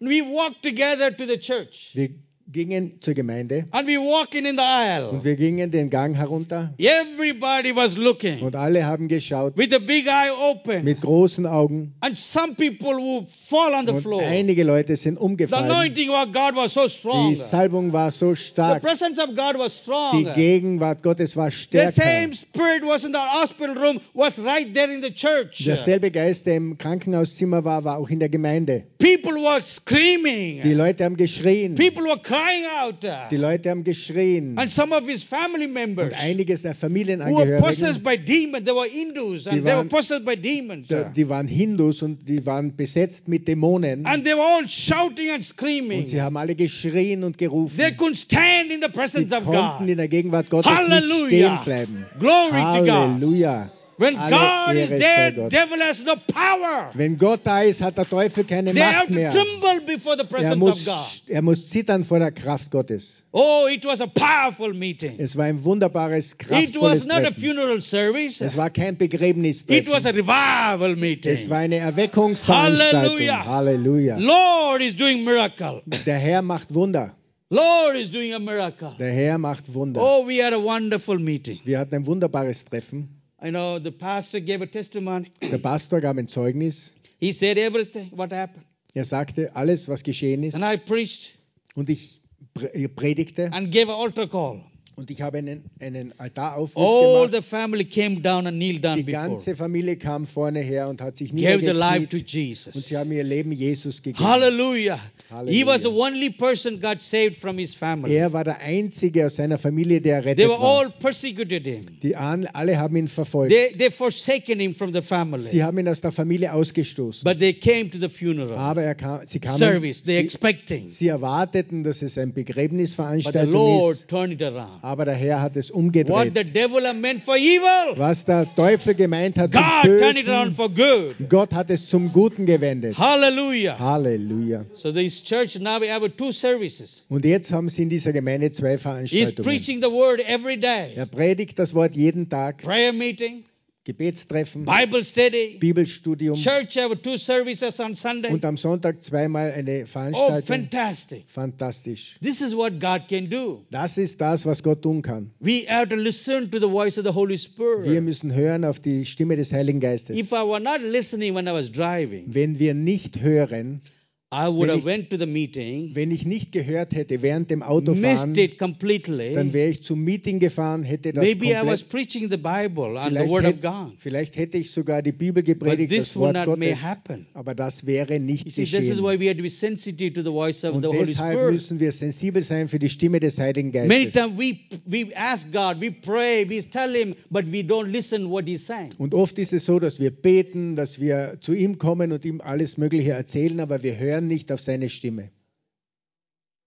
We walked together to the church. Wir gingen zur Gemeinde And we walking in the und aisle. wir gingen den Gang herunter Everybody was looking und alle haben geschaut with a big eye open. mit großen Augen And some people would fall on the und floor. The einige Leute sind umgefallen. anointing of God was so Die strong. The Salbung war so stark, presence of God was strong. die Gegenwart Gottes war The stärker. same spirit was in the hospital room, was right there in the church. Derselbe Geist, der im Krankenhauszimmer war, war auch in der Gemeinde. People were screaming. Die Leute haben geschrien. People were crying out. uh, Die Leute haben geschrien. And some of his family members Und einiges der who were Familienangehörigen, possessed by demons, they were Hindus Die and they were waren- possessed by demons. uh, da- die waren Hindus und die waren besetzt mit Dämonen. And they were all shouting and Und screaming. sie haben alle geschrien und gerufen. They couldn't stand in the Sie presence of konnten in God. der Gegenwart Gottes nicht stehen Hallelujah. bleiben. Glory to God. Halleluja. When Alle God Ehre is sei there, Gott. devil has no power. Wenn Gott da ist, hat der Teufel keine They have Macht to mehr. tremble before the Er presence of muss, God. er muss zittern vor der Kraft Gottes. Oh, it was a powerful meeting. Es war ein wunderbares, It was kraftvolles not a Treffen. funeral service. Es war kein It was Begräbnistreffen. a revival Es meeting. war eine Erweckungsveranstaltung. Halleluja. Halleluja. Lord is doing miracle. Der Herr macht Wunder. Lord is doing a miracle. Der Herr macht Wunder. Oh, we had a wonderful meeting. Wir hatten ein wunderbares Treffen. You know, the pastor gave a testimony. Der Pastor gab ein Zeugnis. He said everything what happened. Er sagte alles, was geschehen ist. And I preached Und ich pre- predigte and gave an altar call. Und ich habe einen, einen Altaraufruf All gemacht. Oh, the family came down and kneeled down Die before. ganze Familie kam vorne her und hat sich Gave their life to niedergekniet und Jesus. sie haben ihr Leben Jesus gegeben. Hallelujah. He was the Hallelujah. only person God saved from his family. Er war der Einzige aus seiner Familie, der They errettet were war. all persecuted him. Die an, alle haben ihn verfolgt. They they forsaken him from the Sie family. haben ihn aus der Familie ausgestoßen. But they came to the funeral Aber er kam, sie kamen, service. They sie, expecting. sie erwarteten, dass es ein But the Begräbnisveranstaltung Lord ist. turned it around. Aber der Herr hat es What umgedreht. the devil meant for evil, Was der Teufel gemeint hat, God zum turned it around Bösen, for good. Gott hat es zum Guten gewendet. Hallelujah. Halleluja. So this church now we have two services. Und jetzt haben sie in dieser Gemeinde zwei He's Veranstaltungen. preaching the word every day. Er predigt das Wort jeden Tag, Prayer meeting, Gebetstreffen, Bible study, Bibelstudium church have two services on Sunday. und am Sonntag zweimal eine Oh, Veranstaltung. fantastic. Fantastisch. This is what God can do. Das ist das, was Gott tun kann. We have to listen to the voice of the Holy Wir Spirit. müssen hören auf die Stimme des Heiligen Geistes. If I were not listening when I was driving, Wenn wir nicht hören, I would Wenn have ich- went to the meeting, wenn ich nicht gehört hätte während dem Autofahren, missed it dann completely. wäre ich zum Meeting gefahren, hätte das Maybe I was komplett, preaching the Bible and the vielleicht, Word of hätte, God. vielleicht hätte ich sogar die Bibel But gepredigt, this das would Wort not may Gottes, happen. aber das wäre nicht You see, this is geschehen. why we have to be sensitive to the voice of Und the Holy deshalb Spirit. müssen wir sensibel sein für die Stimme des Heiligen Many Geistes. times we we ask God, we pray, we tell Him, but we don't listen what He's saying. Und oft ist es so, dass wir beten, dass wir zu ihm kommen und ihm alles Mögliche erzählen, aber wir hören nicht auf seine Stimme.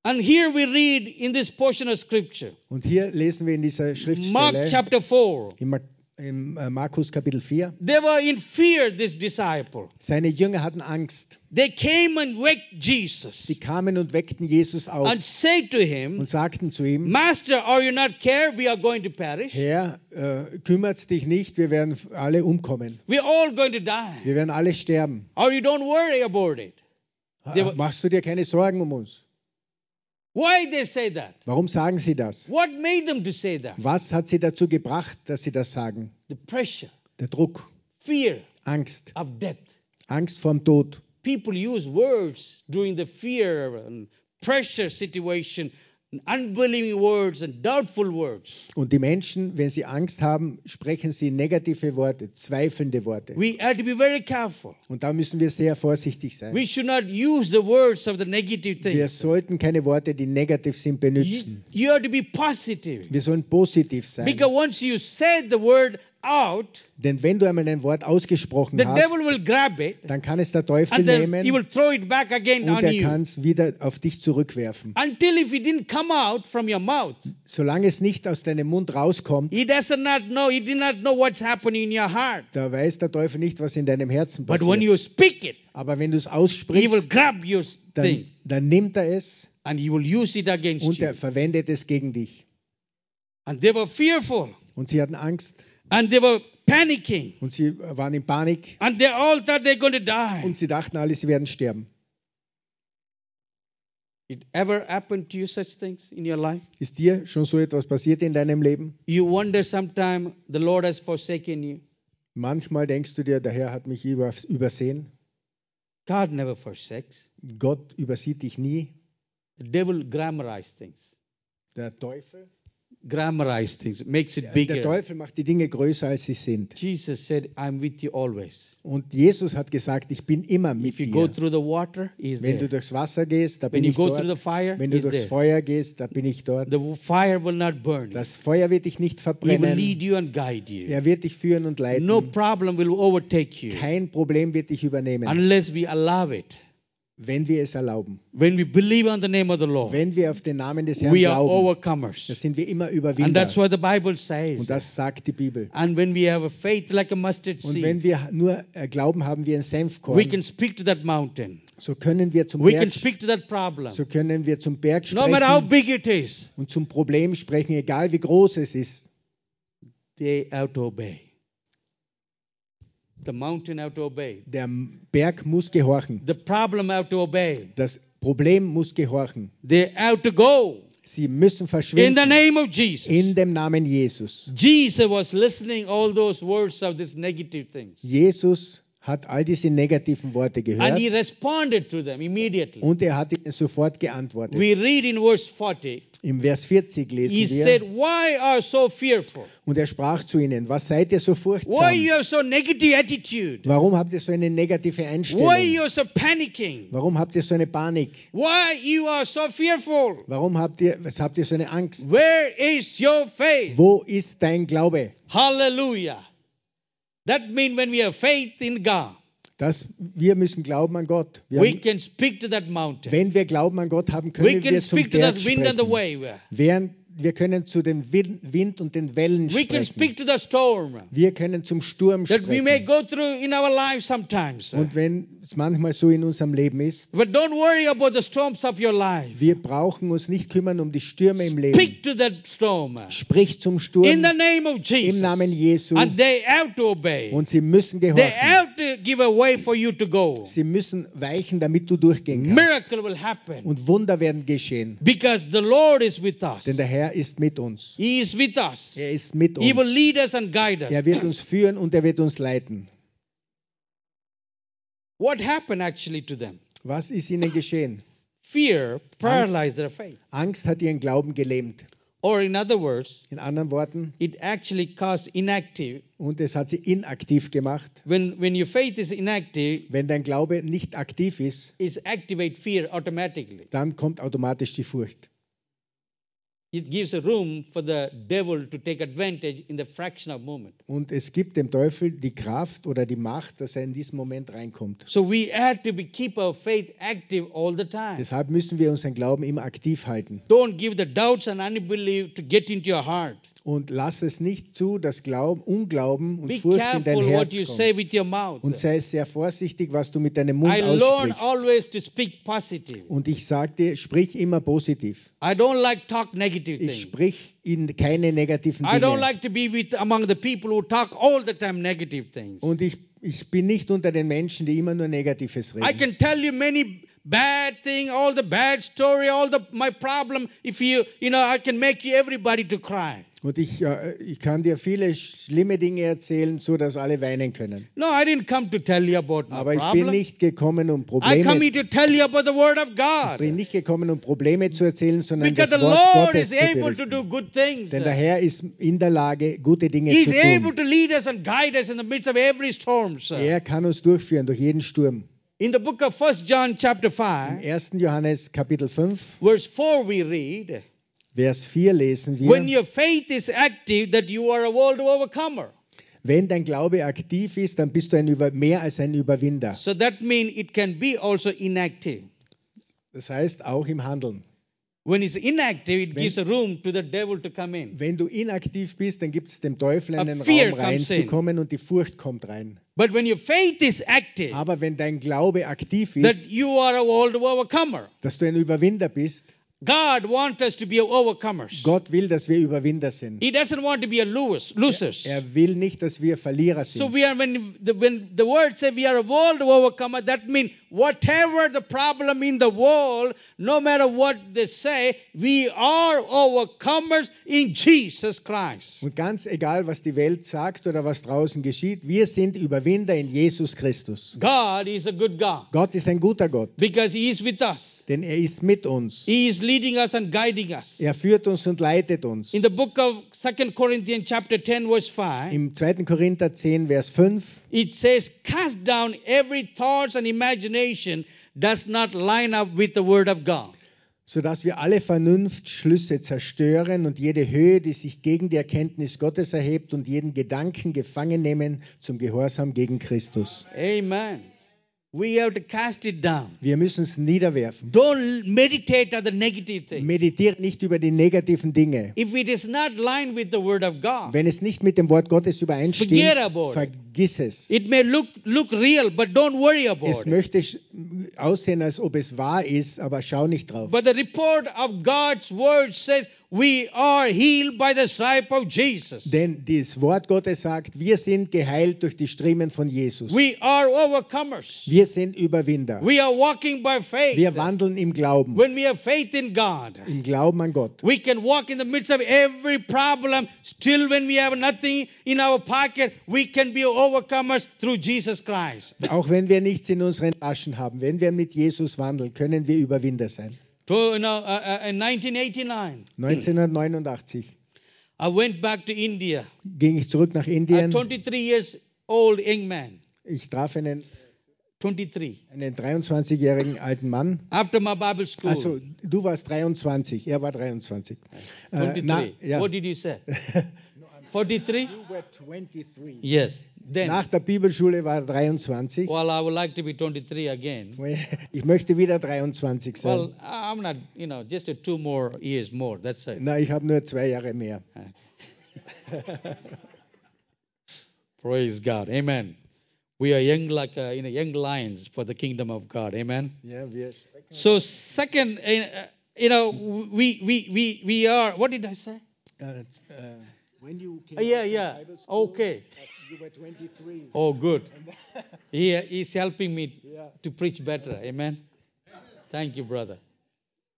And here we read in this portion of Scripture, Und hier lesen wir in dieser Mark Schriftstelle, chapter four. in, Mar in äh, Markus Kapitel 4, They were in fear, this disciple. seine Jünger hatten Angst. They came and waked Jesus Sie kamen und weckten Jesus auf and said to him, und sagten zu ihm, Master, are you not care? We are going to perish. Herr, äh, kümmert dich nicht, wir werden alle umkommen. We're all going to die. Wir werden alle sterben. Or you don't worry about it. They were- Machst du dir keine Sorgen um uns? Why they say that? Warum sagen sie das? What made them to say that? Was hat sie dazu gebracht, dass sie das sagen? The pressure, Der Druck, fear Angst, of death. Angst vorm Tod. People use words during the fear and pressure situation, unbelieving words and doubtful words. Und die Menschen, wenn sie Angst haben, sprechen sie negative Worte, zweifelnde Worte. We have to be very careful. Und da müssen wir sehr vorsichtig sein. We should not use the words of the negative Wir things. sollten keine Worte, die negativ sind, You, benutzen. you have to be positive. Wir sollen positiv sein. Because once you say the word out, Denn wenn du einmal ein Wort ausgesprochen the hast, devil will grab it dann kann es der Teufel and then nehmen he will throw it back again und on er you. kann es wieder auf dich zurückwerfen. Until if it didn't come out from your mouth, Solange es nicht aus deinem Mund rauskommt, he does not know, he did not know what's happening in your heart. da weiß der Teufel nicht, was in deinem Herzen But when passiert. you speak it, Aber wenn du es he will aussprichst, grab your dann, thing dann nimmt er es and he will use it against und er you. verwendet es gegen dich. And they were fearful Und sie hatten Angst and they were panicking und sie waren in Panik and they all thought they're going to die. und sie dachten alle, sie werden sterben. It ever happened to you such things in your life? Ist dir schon so etwas passiert in deinem Leben? You wonder sometime the Lord has forsaken you. Manchmal denkst du dir, der Herr hat mich über, übersehen. God never forsakes. Gott übersieht dich nie. The devil grammarize things. Der Teufel? Grammarize things, makes it Der bigger. Teufel macht die Dinge größer, als sie sind. Jesus said, I'm with you always. Und Jesus hat gesagt, ich bin immer mit If you go dir. through the water, he's Wenn there. du durchs Wasser gehst, da When bin you ich go through the dort. fire, Wenn du he's durchs there. Feuer gehst, da bin ich dort. The fire will not burn. you. Das Feuer wird dich nicht He will verbrennen. lead you and guide you. Er wird dich führen und No leiten. problem will overtake you Kein Problem wird dich übernehmen, unless we allow it. wenn wir es erlauben. When we believe on the name of the Lord, Wenn wir auf den Namen des Herrn we are glauben, da overcomers. sind wir immer And Überwinder. that's what the Bible Und says. das sagt die Bibel. And when we have a faith like a mustard Und seed, wenn wir nur äh, glauben, haben wir ein we Senfkorn, can speak to that mountain. so können wir zum We can Berg, speak to that problem. so können wir zum Berg No matter how sprechen big it is, und zum Problem sprechen, egal wie groß es ist. they have to obey. The mountain have to obey. Der M- Berg muss gehorchen. The problem have to obey. Das Problem muss gehorchen. They have to go Sie müssen in the verschwinden name of Jesus. in dem Namen Jesus. Jesus was listening all those words of these negative things. Jesus hat all diese negativen Worte and gehört he responded to them immediately. und er hat ihnen sofort geantwortet. We read in verse 40, Im Vers 40 lesen he wir, said, Why are so fearful? und er sprach zu ihnen, was seid ihr so Why furchtsam? you have so negative attitude? Warum habt ihr so eine negative Why Einstellung? you are so panicking? Warum habt ihr so eine Panik? Why you are so fearful? Warum habt ihr, was habt ihr so eine Angst? Where is your faith? Wo ist dein Glaube? Hallelujah. That means when we have faith in God, Das, wir müssen glauben an Gott. Wir we haben, can speak to that mountain. wenn wir Glauben an Gott haben, We können can wir zum speak to that Berg wind and the sprechen. wave. Während, wir können zu den Win- Wind und den Wellen We can sprechen. speak to the storm Wir können zum Sturm that we may sprechen. go through in our life sometimes. Und wenn es manchmal so in unserem Leben ist, But don't worry about the storms of your life. wir brauchen uns nicht kümmern um die Stürme im Leben. Speak to that storm Sprich zum in Sturm the name of im Jesus. Namen Jesu And they have to obey. und sie müssen They gehorchen. have to give a way for you to go. Sie müssen weichen, damit du durchgehen kannst. Miracle will happen Und Wunder werden geschehen, because the Lord is with us. denn der Herr ist mit uns. He is with us. Er ist mit He will uns. lead us and guide us. Er wird uns führen und er wird uns leiten. What happened actually to them? Was ist ihnen geschehen? Fear paralyzed their faith. Angst hat ihren Glauben gelähmt. Or, in other words, In anderen Worten, it actually caused inactive. und es hat sie inaktiv gemacht. When, when your faith is inactive, Wenn dein Glaube nicht aktiv ist, it activate fear automatically. dann kommt automatisch die Furcht. It gives a room for the devil to take advantage in the fraction of moment. Und es gibt dem Teufel die Kraft oder die Macht, dass er in diesen Moment reinkommt. So we have to be, keep our faith active all the time. Deshalb müssen wir unseren Glauben immer aktiv halten. Don't give the doubts and unbelief to get into your heart. Und lass es nicht zu, dass Glauben, Unglauben und Be Furcht in dein careful what you Herz say kommt. with your mouth. Und sei sehr vorsichtig, was du mit deinem Mund I learn aussprichst. always to speak positive. Und ich sage dir, sprich immer positiv. I don't like talk negative Ich things. sprich in keine negativen I don't Dinge. like to be with among the people who talk all the time negative things. Und ich, ich bin nicht unter den Menschen, die immer nur Negatives I reden. can tell you many bad thing, all the bad story, all the my problem. If you you know, I can make you everybody to cry. Und ich, äh, ich kann dir viele schlimme Dinge erzählen, so dass alle weinen können. No, I didn't come to tell you about my Aber ich bin problem. nicht gekommen, um I come here Probleme, to tell you about the word of God. bin nicht gekommen, um Probleme zu erzählen, sondern Because das the Wort Lord Gottes is zu able to do berichten. good things. Denn der Herr ist in der Lage, gute Dinge He's zu able tun. to lead us and guide us in the midst of every storm, sir. Er kann uns durchführen durch jeden Sturm. In the book of First John chapter Im 5, 1. Johannes Kapitel 5, verse 4 we read, Vers 4 lesen When wir, your faith is active, that you are a world overcomer. wenn dein Glaube aktiv ist, dann bist du ein Über mehr als ein Überwinder. So that means it can be also inactive. Das heißt auch im Handeln. When it's inactive, it When- gives a room to the devil to come in. Wenn du inaktiv bist, dann gibt es dem Teufel A einen fear Raum comes in. reinzukommen und die Furcht kommt rein. But when your faith is active, Aber wenn dein Glaube aktiv that ist, you are a world overcomer. dass du ein Überwinder bist, God wants us to be overcomers. Gott will, dass wir Überwinder sind. He doesn't want to be a losers. losers. Er will nicht, dass wir Verlierer So sind. we are when the, when the word says we are a world overcomer, that means whatever the problem in the world, no matter what they say, we are overcomers in Jesus Christ. Und ganz egal, was die Welt sagt oder was draußen geschieht, wir sind Überwinder in Jesus Christus. God is a good God Gott ist ein guter Gott, because He is with us. denn er ist mit uns. He is leading us and guiding us. Er führt uns und leitet uns. In the book of 2 Corinthians chapter 10 verse 5, Im 2. Korinther 10, Vers 5, it says cast down every thoughts and imagination does not line up with the word of God. sodass wir alle Vernunftschlüsse zerstören und jede Höhe, die sich gegen die Erkenntnis Gottes erhebt und jeden Gedanken gefangen nehmen zum Gehorsam gegen Christus. Amen. We have to cast it down. Wir müssen es niederwerfen. Don't meditate on the negative thing. Meditiere nicht über die negativen Dinge. If it is not lined with the word of God, Wenn es nicht mit dem Wort Gottes übereinstimmt, Forget about it. vergiss es. it may look look real, but don't worry Es about it. möchte sch- aussehen, als ob es wahr ist, aber schau nicht drauf. But the report of God's word says we are healed by the stripe of Jesus. Denn das Wort Gottes sagt, wir sind geheilt durch die Striemen von Jesus. We are overcomers. Wir sind Überwinder. We are walking by Wir faith. wandeln im Glauben, When we have faith in God, im Glauben an Gott. we can walk in the midst of every problem. Still, when we have nothing in our pocket, we can be overcomers through Jesus Christ. Auch wenn wir nichts in unseren Taschen haben, wenn wir mit Jesus wandeln, können wir Überwinder sein. So, you know, uh, uh, in 1989, 1989 I went back to India. ging ich zurück nach A Indien. 23 years old young man, Ich traf einen, 23, einen 23-jährigen alten Mann. after my Bible school. Also, du warst 23, er war 23. Äh, 23. na, ja. What did you say? 43? Yes. Then, Nach der Bibelschule war er 23. well, I would like to be 23 again. Ich möchte wieder 23 sein. Well, I- I'm not, you know, just a two more years more. That's it. Na, ich habe nur zwei Jahre mehr. Praise God. Amen. We are young like, uh, you know, young lions for the kingdom of God. Amen. Ja, wir So, second, uh, you know, we, we, we, we are, what did I say? äh, äh, Uh, yeah, yeah. Okay. Oh, good. He is helping me to preach better. Amen. Thank you, brother.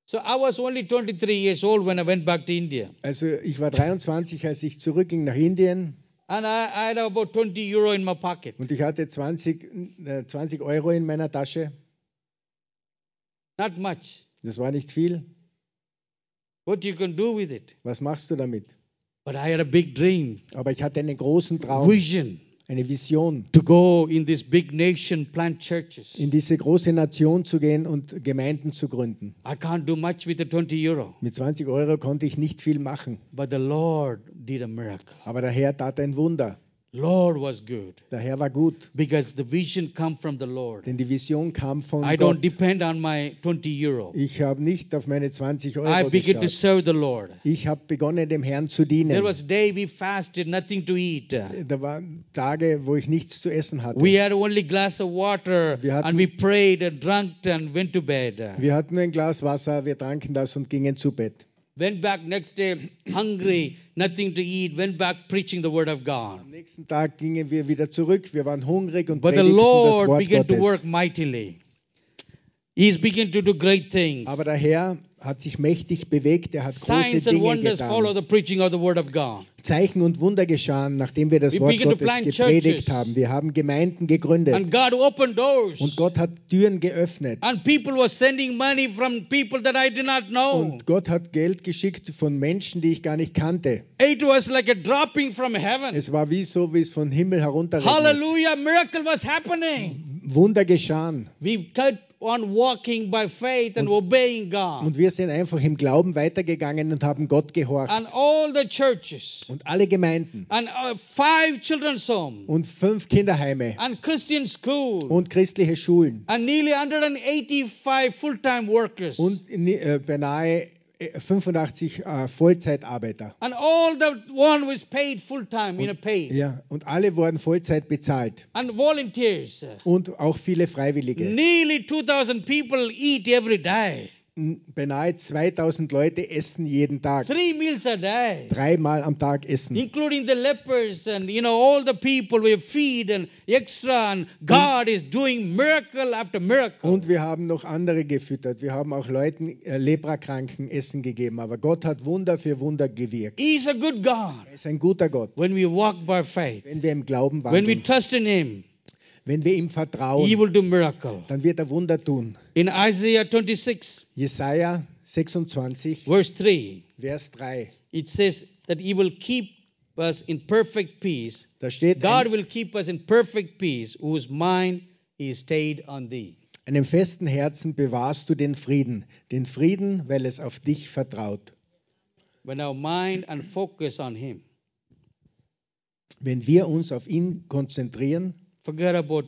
So I was only 23 years old when I went back to India. Also, ich war 23, als ich zurückging nach Indien And I, I had about 20 euro in my pocket. und ich hatte 20, äh, 20 Euro in meiner Tasche. Not much. Das war nicht viel. What you can do with it. Was machst du damit? But I had a big dream, Aber ich hatte einen großen Traum, vision eine Vision, to go in this big nation, plant churches. in diese große Nation zu gehen und Gemeinden zu gründen. I can't do much with the 20 euro. Mit 20 Euro konnte ich nicht viel machen, But the Lord did a miracle. aber der Herr tat ein Wunder. Lord was good Der Herr war gut, because the vision come from the Lord. denn die Vision kam von I don't Gott. depend on my 20 euro. Ich habe nicht auf meine 20 Euro I begin to geschaut. serve the Lord. Ich habe begonnen, dem Herrn zu There dienen. was day we fasted, nothing to eat. Da waren Tage, wo ich nichts zu essen hatte. We had only glass of water Wir hatten- and we prayed and drank and went to bed. Wir hatten nur ein Glas Wasser, wir tranken das und gingen zu Bett. Went back next day [CLEARS THROAT] hungry, nothing to eat, went back preaching the word of God. Am nächsten Tag gingen wir wieder zurück, wir waren hungrig und But the predigten das Lord Wort began to Gottes. work mightily. He's beginning to do great things. Aber der Herr hat sich mächtig bewegt, er hat Signs große and Dinge wonders follow getan. the preaching of the word of God. Zeichen und Wunder geschahen, nachdem wir das We Wort begin to Gottes plant gepredigt churches. haben. Wir haben Gemeinden gegründet And God opened doors. und Gott hat Türen geöffnet. And people were sending money from people that I did not know. Und Gott hat Geld geschickt von Menschen, die ich gar nicht kannte. It was like a dropping from heaven. Es war wie so, wie es von Himmel herunterregnet. Hallelujah, miracle was happening. Wunder geschahen. We kept on walking by faith and obeying God. Und wir sind einfach im Glauben weitergegangen und haben Gott gehorcht. And all the churches, Und alle Gemeinden and uh, five children's home, und fünf Kinderheime and Christian school, und christliche Schulen and nearly 185 full time workers, und ni- äh, beinahe äh, 85 äh, Vollzeitarbeiter. and all the one was paid full time, you know, paid, Ja, und alle wurden Vollzeit bezahlt and volunteers. und auch viele Freiwillige. Nearly 2,000 people eat every day, N- Beinahe 2000 Leute essen jeden Tag, three meals a day. dreimal am Tag Hmm. essen. including the lepers and you know all the people we feed and extra and god is doing miracle after miracle Und wir haben noch andere gefüttert. Wir haben auch Leuten, äh, Leprakranken Essen gegeben. Aber Gott hat Wunder für Wunder gewirkt. he's a good god Er ist ein guter Gott, when we walk by faith wenn wir im Glauben when we wandeln. trust in him Wenn wir ihm he vertrauen, will do miracle dann wird er Wunder tun. in isaiah 26 Jesaja 26, verse 3 Vers 3. it says that he will keep us in perfect peace Da steht, god ein, will keep us in perfect peace whose mind is stayed on thee einem festen Herzen bewahrst du den Frieden. Den Frieden, weil es auf dich vertraut. when our mind and focus on him Wenn wir uns auf ihn konzentrieren, forget about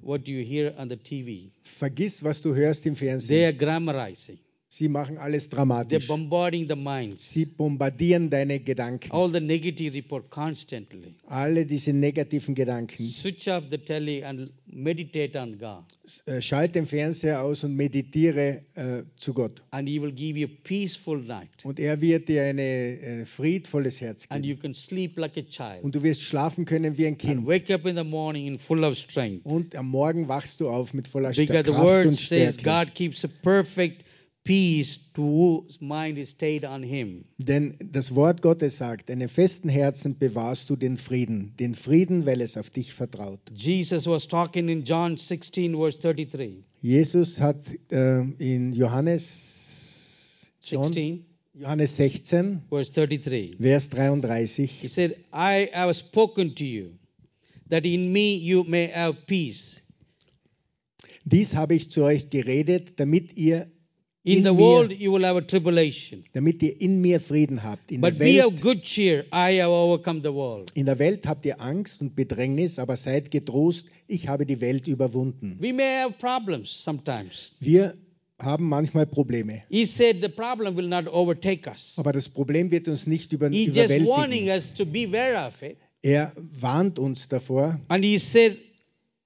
what you hear on the tv vergiss, was du hörst im They Fernsehen. are grammarizing. Sie machen alles They're dramatisch. bombarding the minds. Sie bombardieren deine Gedanken. All the negative report constantly. Alle diese negativen Gedanken. Switch off the telly and meditate on God. S- äh, Schalt den Fernseher aus und meditiere äh, zu Gott. And He will give you a peaceful night. Und er wird dir ein äh, friedvolles Herz And geben. you can sleep like a child. Und du wirst schlafen können wie ein And Kind. wake up in the morning in full of strength. Und am Morgen wachst du auf mit voller Sta- Because the Kraft word und says Stärke. God keeps a perfect peace to whose mind is stayed on Him. Denn das Wort Gottes sagt, einem festen Herzen bewahrst du den Frieden. Den Frieden, weil es auf dich vertraut. Jesus was talking in John 16, verse 33. Jesus hat äh, in Johannes, John, 16, Johannes 16, verse 33. Vers He 33. said, I have spoken to you that in me you may have peace. Dies habe ich zu euch geredet, damit ihr In, In the mir- world you will have a tribulation. damit ihr in mir Frieden habt. In But der, be of Welt, good cheer. I have overcome the world. in der Welt habt ihr Angst und Bedrängnis, aber seid getrost, ich habe die Welt überwunden. We may have problems sometimes. Wir haben manchmal Probleme, He said the problem will not overtake us. aber das Problem wird uns nicht über, He's just warning überwältigen. us to beware of it. Er warnt uns davor And he says,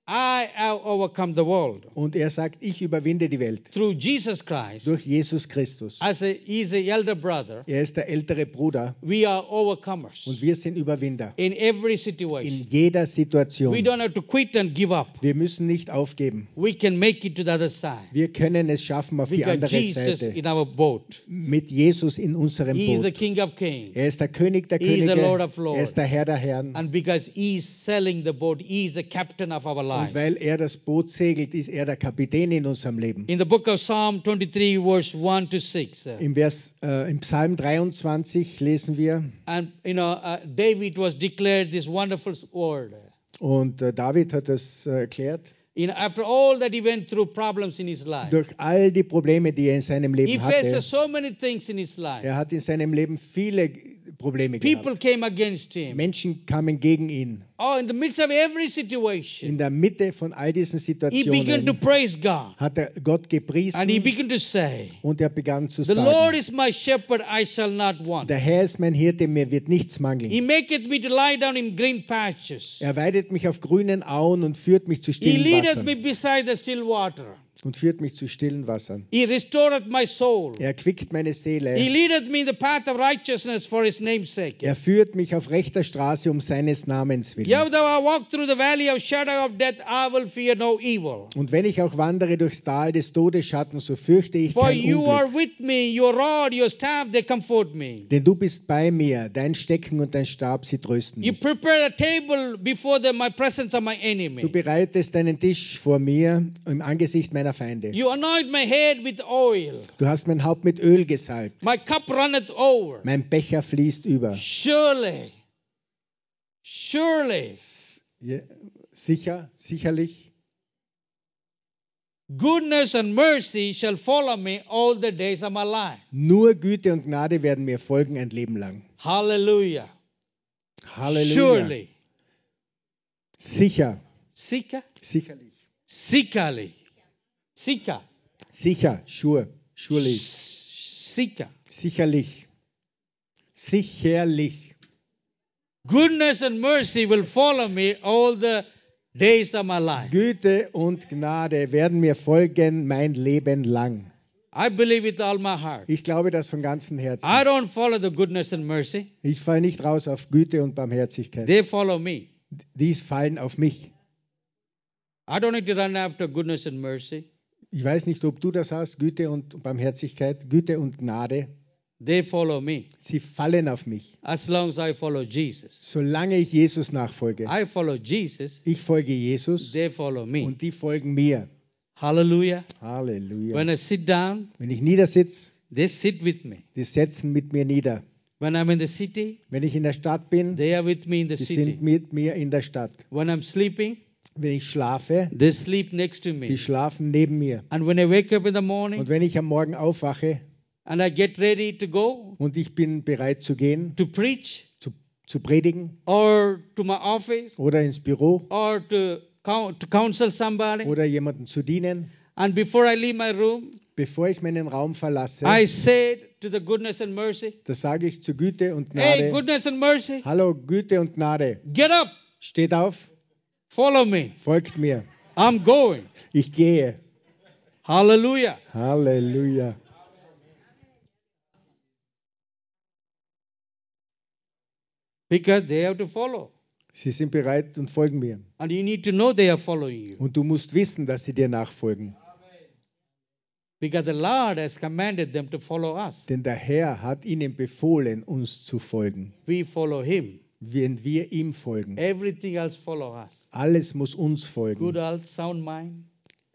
I have overcome the world und er sagt, ich überwinde die Welt through Jesus Christ. durch Jesus Christus. As a, he's the elder brother, Er ist der ältere Bruder we are overcomers und wir sind Überwinder in every in situation. jeder We Situation. don't have to quit and give up. Wir müssen nicht aufgeben. We can make it to the other side. Wir können es schaffen auf We die got andere Jesus Seite in our boat. mit Jesus in unserem He is the Boot. King of Kings. Er ist der König der He is the Könige. Lord of Lords. Er ist der Herr der Herren. And because He is selling the boat, He is the captain of our Und lives. weil er das Boot segelt, ist er der Kapitän in unserem Leben. In the book of Psalm 23, verse 1 to 6, uh, Im, Vers, äh, Im Psalm 23 lesen wir, and you know, uh, David was declared this wonderful word. und äh, David hat das äh, erklärt, You know, after all that he went through problems in his life, durch all die Probleme, die er in seinem he Leben hatte, faced so many things in his life. er hat in seinem Leben viele Probleme People gehabt. came against him. Menschen kamen gegen ihn. Oh, in the midst of every In situation, der Mitte von all diesen he began to Situationen praise God hat er Gott and he gepriesen began to say, und er begann zu The Lord sagen, is my shepherd, I shall not want. der Herr ist mein Hirte, mir wird nichts He mangeln. maketh me to lie down in green pastures. Er weidet mich auf grünen Auen und führt mich zu He stillen leadeth me Wassern. beside the still water. Und führt mich zu stillen Wassern. He restoreth my soul. Er quickt meine He Seele. leadeth me in the path of righteousness for his name's sake. Er führt mich auf rechter Straße um seines Namens Yea, willen. though I walk through the valley of shadow of death, I will fear no evil. Und wenn ich auch wandere durchs Tal des Todesschatten, so fürchte ich For kein you are Unglück. with me, your rod, your staff, they comfort me. Denn du bist bei mir, dein Stecken und dein Stab, sie trösten You mich. prepare a table before the my presence of my Du enemy. bereitest deinen Tisch vor mir im Angesicht meiner Feinde. You anoint my head with oil. Du hast mein Haupt mit Öl gesalbt. My cup runneth over. Mein Becher fließt über. Surely, surely, Ja, Sicher, sicherlich. goodness and mercy shall follow me all the days of my life. Nur Güte und Gnade werden mir folgen ein Leben lang. Hallelujah. Halleluja. Surely. Sicher, Sika? sicherlich. Sikali. Sika. Sicher, sure, surely. Sika. Sicherlich. Sicherlich. Goodness and mercy will follow me all the days of my life. Güte und Gnade werden mir folgen mein Leben lang. I believe with all my heart. Ich glaube das von ganzem Herzen. I don't follow the goodness and mercy. Ich falle nicht raus auf Güte und Barmherzigkeit. They follow me. Dies fallen auf mich. I don't need to run after goodness and mercy. Ich weiß nicht, ob du das hast, Güte und Barmherzigkeit, Güte und Gnade. They follow me. Sie fallen auf mich, As long as I follow Jesus. solange ich Jesus nachfolge. I follow Jesus. Ich folge Jesus They follow me. und die folgen mir. Hallelujah. When Halleluja. I sit down, Wenn ich niedersitze, they sit with me. die setzen mit mir nieder. When I'm in the city, Wenn ich in der Stadt bin, they are with me in the die city. sind mit mir in der Stadt. When I'm sleeping, Wenn ich schlafe, they sleep next to die me. schlafen neben mir. And when I wake up in the Und morning wenn ich am Morgen aufwache and I get ready to go und ich bin bereit zu gehen, to preach zu, zu predigen or to my office oder ins Büro or to, coun to counsel somebody, oder jemandem zu dienen, and before I leave my room, Bevor ich meinen Raum verlasse, I said to the goodness and mercy, da sage ich zu Güte und Hey, Gnade, goodness and mercy, hallo Güte und Gnade, get up, steht auf, follow me. folgt mir, I'm going. ich gehe. Hallelujah. Halleluja. Because they have to follow. Sie sind bereit und folgen mir. And you need to know they are following you. Und du musst wissen, dass sie dir nachfolgen. Because the Lord has commanded them to follow us. Denn der Herr hat ihnen befohlen, uns zu folgen. We follow Him. Wenn wir ihm folgen. Everything else follow us. Alles muss uns Good folgen. health, sound mind.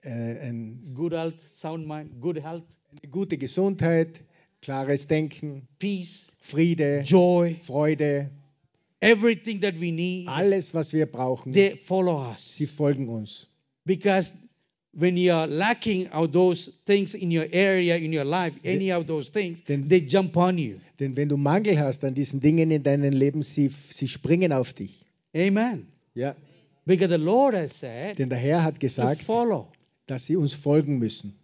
Äh, ein, Good health, sound mind. Good health, eine gute Gesundheit, klares Denken, peace, Friede, joy. Freude, Everything that we need, alles, was wir brauchen. they follow us. Sie folgen uns. Because when you are lacking of those things in your area, in your life, any of those things, Then- they jump on you. Denn wenn du Mangel hast an diesen Dingen in deinem Leben, sie, sie springen auf dich. Amen. Ja. Because the Lord has said Denn der Herr hat to gesagt, follow. dass sie uns folgen müssen.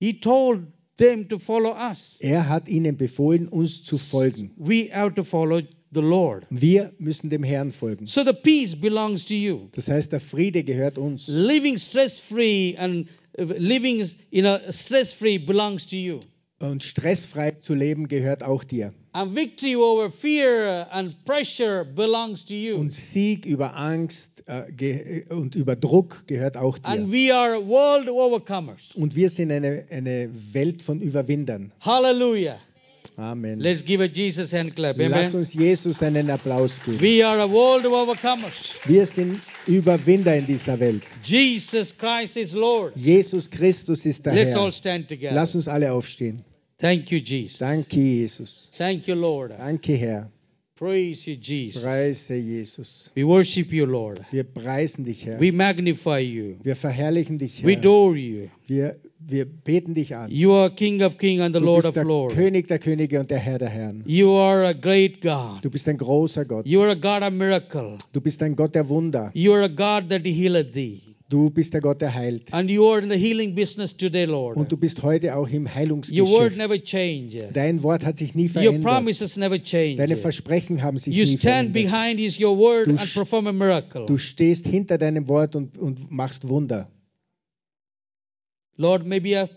He told them to follow us. Er hat ihnen befohlen, uns zu folgen. We have to follow the Lord. Wir müssen dem Herrn folgen. So the peace belongs to you. Das heißt, der Friede gehört uns. Living stress free and uh, living you know stress free belongs to you. Und stressfrei zu leben gehört auch dir. And victory over fear and pressure belongs to you. Und Sieg über Angst äh, ge- und über Druck gehört auch And dir. we are world overcomers. Und wir sind eine, eine Welt von Überwindern. Hallelujah. Amen. Let's give a Jesus hand clap. Lass Amen. uns Jesus einen Applaus geben. We are a world overcomers. Wir sind Überwinder in dieser Welt. Jesus Christ is Lord. Jesus Christus ist der Let's all Herr. stand together. Lass uns alle aufstehen. Thank you, Jesus. Danke, Jesus. Thank you, Lord. Danke, Herr. Praise you, Jesus. Preise Jesus. We worship you, Lord. Wir preisen dich, Herr. We magnify you. Wir verherrlichen dich, We Herr. adore you. Wir, wir beten dich an. You are King of Kings and the Du Lord bist of der Lords. König der Könige und der Herr der Herren. You are a great God. Du bist ein großer Gott. You are a God of miracle. Du bist ein Gott der Wunder. You are a God that healeth thee. Du bist der Gott, der heilt. And you are in the healing business today, Lord. Und du bist heute auch im Your word Heilungsgeschäft. never changes. Dein Wort hat sich nie Your verändert. promises never Deine change. Versprechen haben sich You nie stand verändert. behind is your word Du and sch- perform a miracle. Du stehst hinter deinem Wort und, und machst Wunder. Lord, maybe uh,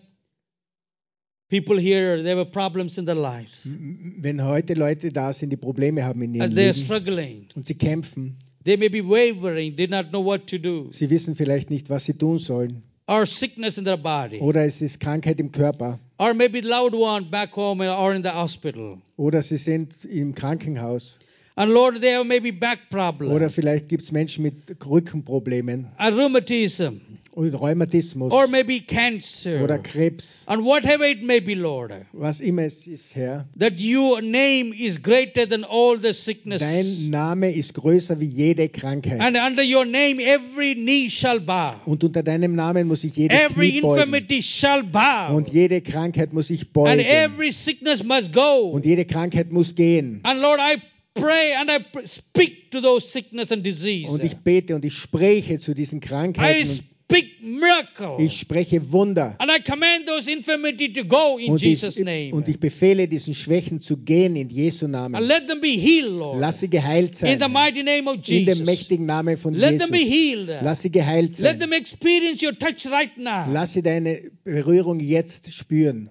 people here, there were problems in their lives. M- Wenn heute Leute da sind, die Probleme haben in ihrem As they are Leben struggling, und sie kämpfen, they may be wavering, did not know what to do, sie wissen vielleicht nicht, was sie tun sollen. or sickness in their body, Oder es ist Krankheit im Körper. or maybe loved one back home or in the hospital. Oder sie sind im Krankenhaus. And Lord, they have maybe back Oder problems, vielleicht gibt es Menschen mit Rückenproblemen or rheumatism, und Rheumatismus or maybe oder cancer, Krebs. and whatever it may be, Lord, Was immer es ist, Herr. that your name is greater than all the sickness. Dein Name ist größer wie jede Krankheit. And under your name, every knee shall bow. Und unter deinem Namen muss ich jedes Every Knie beugen. infirmity shall bow. Und jede Krankheit muss ich And beugen. every sickness must go. Und jede Krankheit muss gehen. And Lord, I pray and I pr- speak to those sickness and disease. Und ich bete und ich spreche zu diesen I Krankheiten. speak miracle. Und ich spreche Wunder. And I command those infirmity to go in Und Jesus' ich, name. und ich befehle diesen Schwächen zu gehen in Jesu and Namen. let them be healed, Lord. Lass sie geheilt in sein. the mighty name of In Jesus. dem mächtigen Namen von let them be Jesus. healed. Lass sie geheilt let sein. them experience your touch right now. Lass sie deine Berührung jetzt spüren.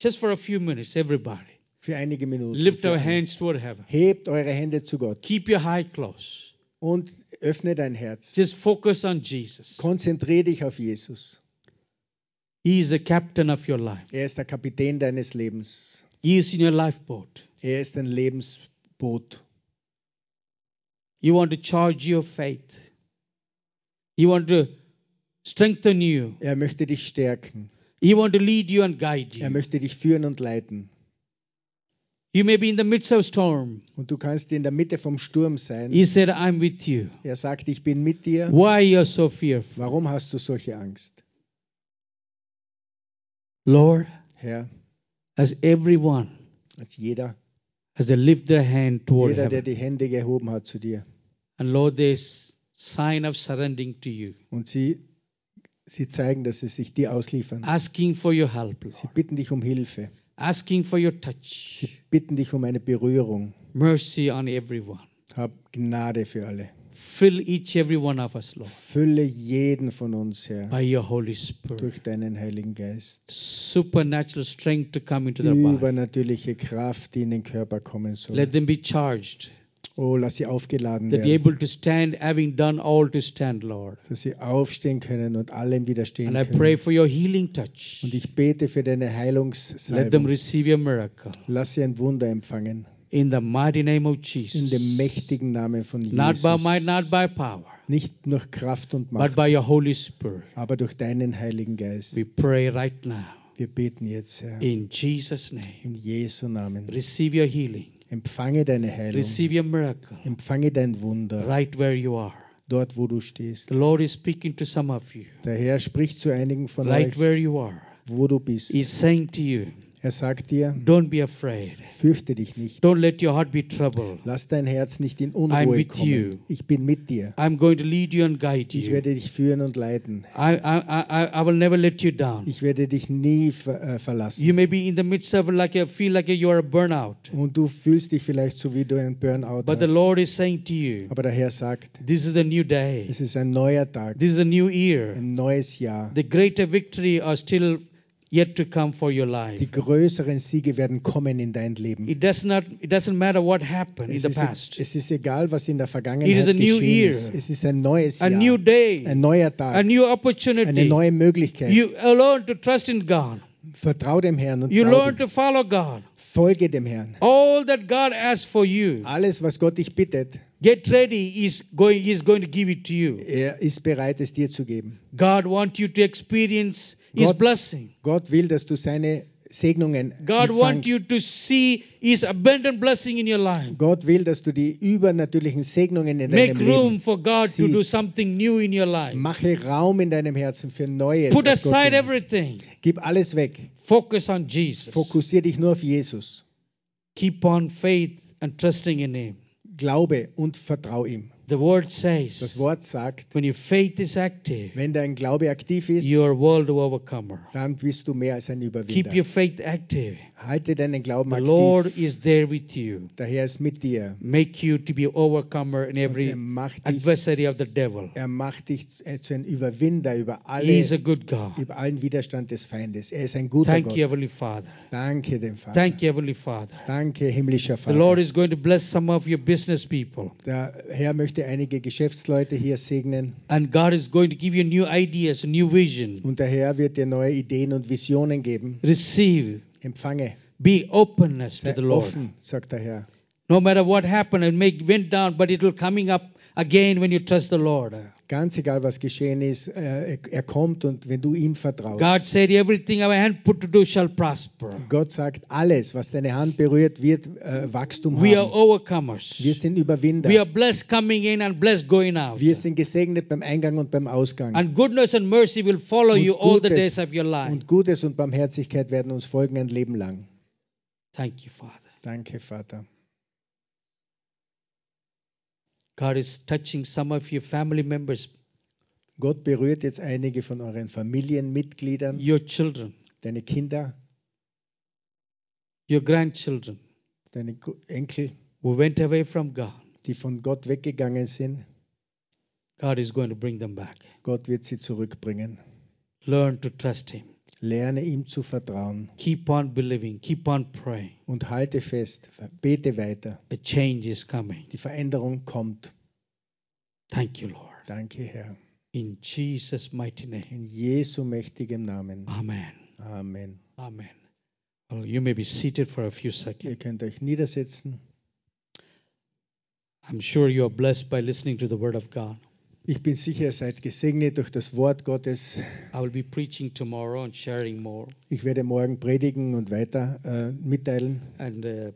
Just for a few minutes, everybody. Für einige Minuten. Lift Für our alle. hands toward heaven. Hebt eure Hände zu Gott Keep your eye closed. und öffne dein Herz. Just focus on Jesus. Konzentriere dich auf Jesus. He is the captain of your life. Er ist der Kapitän deines Lebens. He is in your lifeboat. Er ist dein Lebensboot. You want to charge your faith. You want to strengthen you. Er möchte dich stärken. You want to lead you and guide Er you. möchte dich führen und leiten. You may be in the midst of storm. Und du kannst in der Mitte vom Sturm sein. He said, I'm with you. Er sagt, ich bin mit dir. Why you are so fearful? Warum hast du solche Angst? Lord, Herr, as everyone, als jeder, as they lift their hand toward jeder, der heaven, die Hände gehoben hat zu dir and Lord, this sign of surrendering to you. und sie Sie zeigen, dass sie sich dir ausliefern. asking for your help, Sie Lord, bitten dich um Hilfe. asking for your touch, Sie bitten dich um eine Berührung. mercy on everyone. Hab Gnade für alle. Fill each every one of us, Lord, Fülle jeden von uns, Herr, by your Holy Spirit. durch deinen Heiligen Geist. Supernatural strength to come into their body. Übernatürliche Kraft, die in den Körper kommen soll. Let them be charged, Oh, lass sie aufgeladen that they werden, able to stand, having done all to stand, Lord. dass sie aufstehen können und allem widerstehen And I pray können. for your healing touch. Und ich bete für deine Let them Heilungssalbung. receive your miracle. Lass sie ein Wunder empfangen. In the mighty name of In Jesus. dem mächtigen Namen von Not by might, Jesus. not by power, Nicht durch Kraft und but Macht, by your Holy Spirit. aber durch deinen Heiligen Geist. We pray right now. Wir beten jetzt, Herr, In Jesus' name. in Jesu Namen. Receive your healing. Empfange deine Heilung. Receive your miracle. Empfange dein Wunder, Right where you are. dort wo du stehst. The Lord is speaking to some of you. Der Herr spricht zu einigen von Right euch, where you are. wo du bist. He's saying to you, Er sagt dir, don't be afraid. fürchte dich nicht. Don't let your heart be troubled. Lass dein Herz nicht in I'm Unruhe with you. kommen. Ich bin mit dir. I'm going to lead you and guide Ich you. werde dich führen und leiten. I, I, I, I will never let you down. Ich werde dich nie ver äh, verlassen. You may be in the midst of like you feel like you are a burnout. Und du fühlst dich vielleicht so, wie du einen Burnout But the hast. Lord is saying to you, Aber der Herr sagt, this is a new day. es ist ein neuer Tag, This is a new year. ein neues Jahr. The greater victory are still yet to come for your Die life. größeren Siege werden kommen in dein Leben. It does not it doesn't matter what happened in Es the ist, e-, past. es ist egal, was in der It Vergangenheit is a new geschehen ist. year. Es ist ein neues A Jahr, new ein day, neuer Tag, a new eine opportunity. neue Möglichkeit. You learn to trust in God. Vertrau dem Herrn und You trau learn ihm. to follow God. folge dem Herrn. All that God has for you, Alles, was Gott dich bittet, get ready, is going is going to give it to you. er ist bereit, es dir zu geben. God wants you to experience his God- blessing. Gott will, dass du seine Segnungen God wants you empfängst. to see His abundant blessing in your life. Gott will, dass du die übernatürlichen Segnungen in Make deinem room Leben for God to do siehst. something new in your life. Mache Raum in deinem Herzen für Neues. Put was Gott aside dir- everything. Gib alles weg. Focus on Jesus. Fokussiere dich nur auf Jesus. Keep on faith and trusting in Him. Glaube und vertrau ihm. The Word Das says, Wort sagt, when your faith is active, wenn dein Glaube aktiv ist, you are world overcomer. dann bist du mehr als ein Überwinder. Keep your faith active. Halte deinen Glauben The aktiv. Lord is there with you. der Herr ist mit dir. Make you to be overcomer in Und er, every macht dich, adversary of the devil. er macht dich äh, zu einem Überwinder über, He is a alle, good God. über allen Widerstand des Feindes. Er ist ein guter Thank Gott. you, Heavenly Father. Danke dem Vater. Thank you, Heavenly Father. Danke, himmlischer The Vater. Lord is going to bless some of your business people. der Herr möchte einige Geschäftsleute hier segnen And God is going to give you new ideas, new vision. und der Herr wird dir neue Ideen und Visionen geben. Receive. Empfange. Be openness to Sei the Lord. offen, sagt der Herr. No matter what happened, it may went down, but it will coming up again when you trust the Lord. Ganz egal, was geschehen ist, äh, er kommt und wenn du ihm vertraust. God said, Everything our hand put to do shall prosper. Gott sagt, alles, was deine Hand berührt, wird äh, Wachstum We are haben. Wir overcomers. sind Überwinder. We are blessed coming in and blessed going out. Wir sind gesegnet beim Eingang und beim Ausgang. And goodness and mercy will follow Und you all the Gutes- days of your life. Und Gutes und Barmherzigkeit werden uns folgen ein Leben lang. Thank you, Father. Danke, Vater. God is touching some of your family members, Gott berührt jetzt einige von euren Familienmitgliedern, your children, deine Kinder, your grandchildren. deine Gu- Enkel, who went away from God, die von Gott weggegangen sind. God is going to bring them back. Gott wird sie zurückbringen. Learn to trust Him. Lerne ihm zu vertrauen Keep on believing. Keep on praying. und halte fest. Bete weiter. A change is coming. Die Veränderung kommt. Thank you, Lord. Danke, Herr. In Jesus' mighty name. In Jesu mächtigem Namen. Amen. Amen. Amen. Well, you may be seated for a few seconds. Ihr könnt euch niedersetzen. I'm sure you are blessed by listening to the Word of God. Ich bin sicher, ihr seid gesegnet durch das Wort Gottes. I will be preaching tomorrow and sharing more. Ich werde morgen predigen und weiter äh, mitteilen. And uh,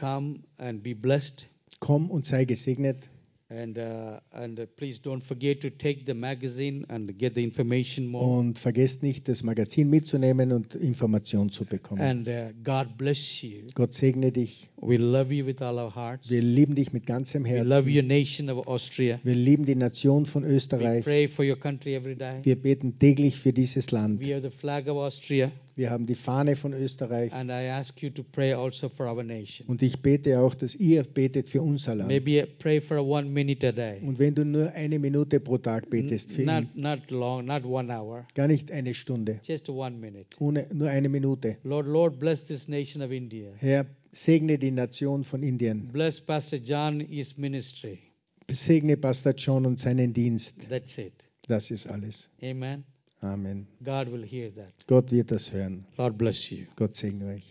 come and be blessed. Komm und sei gesegnet. And, uh, and uh, please don't forget to take the magazine and get the information more. Und vergesst nicht, das Magazin mitzunehmen und Informationen zu bekommen. And uh, God bless you. Gott segne dich. We love you with all our hearts. Wir lieben dich mit ganzem We love Herzen. your nation of Austria. Wir lieben die Nation von We Österreich. pray for your country every day. Wir beten täglich für dieses Land. We have the flag of Austria. Wir haben die Fahne von Österreich. And I ask you to pray also for our nation. Und ich bete auch, dass ihr betet für unser Land. Maybe pray for one minute a day. Und wenn du nur eine Minute pro Tag betest, für ihn, Not, not long, not one hour. gar nicht eine Stunde, Just one minute. ohne, nur eine Minute. Lord, Lord, bless this nation of India. Herr, segne die Nation von Indien. Bless Pastor John, his ministry. Segne Pastor John und seinen Dienst. That's it. Das ist alles. Amen. Amen. God will hear that. Gott wird das hören. Lord bless you. Gott segne euch.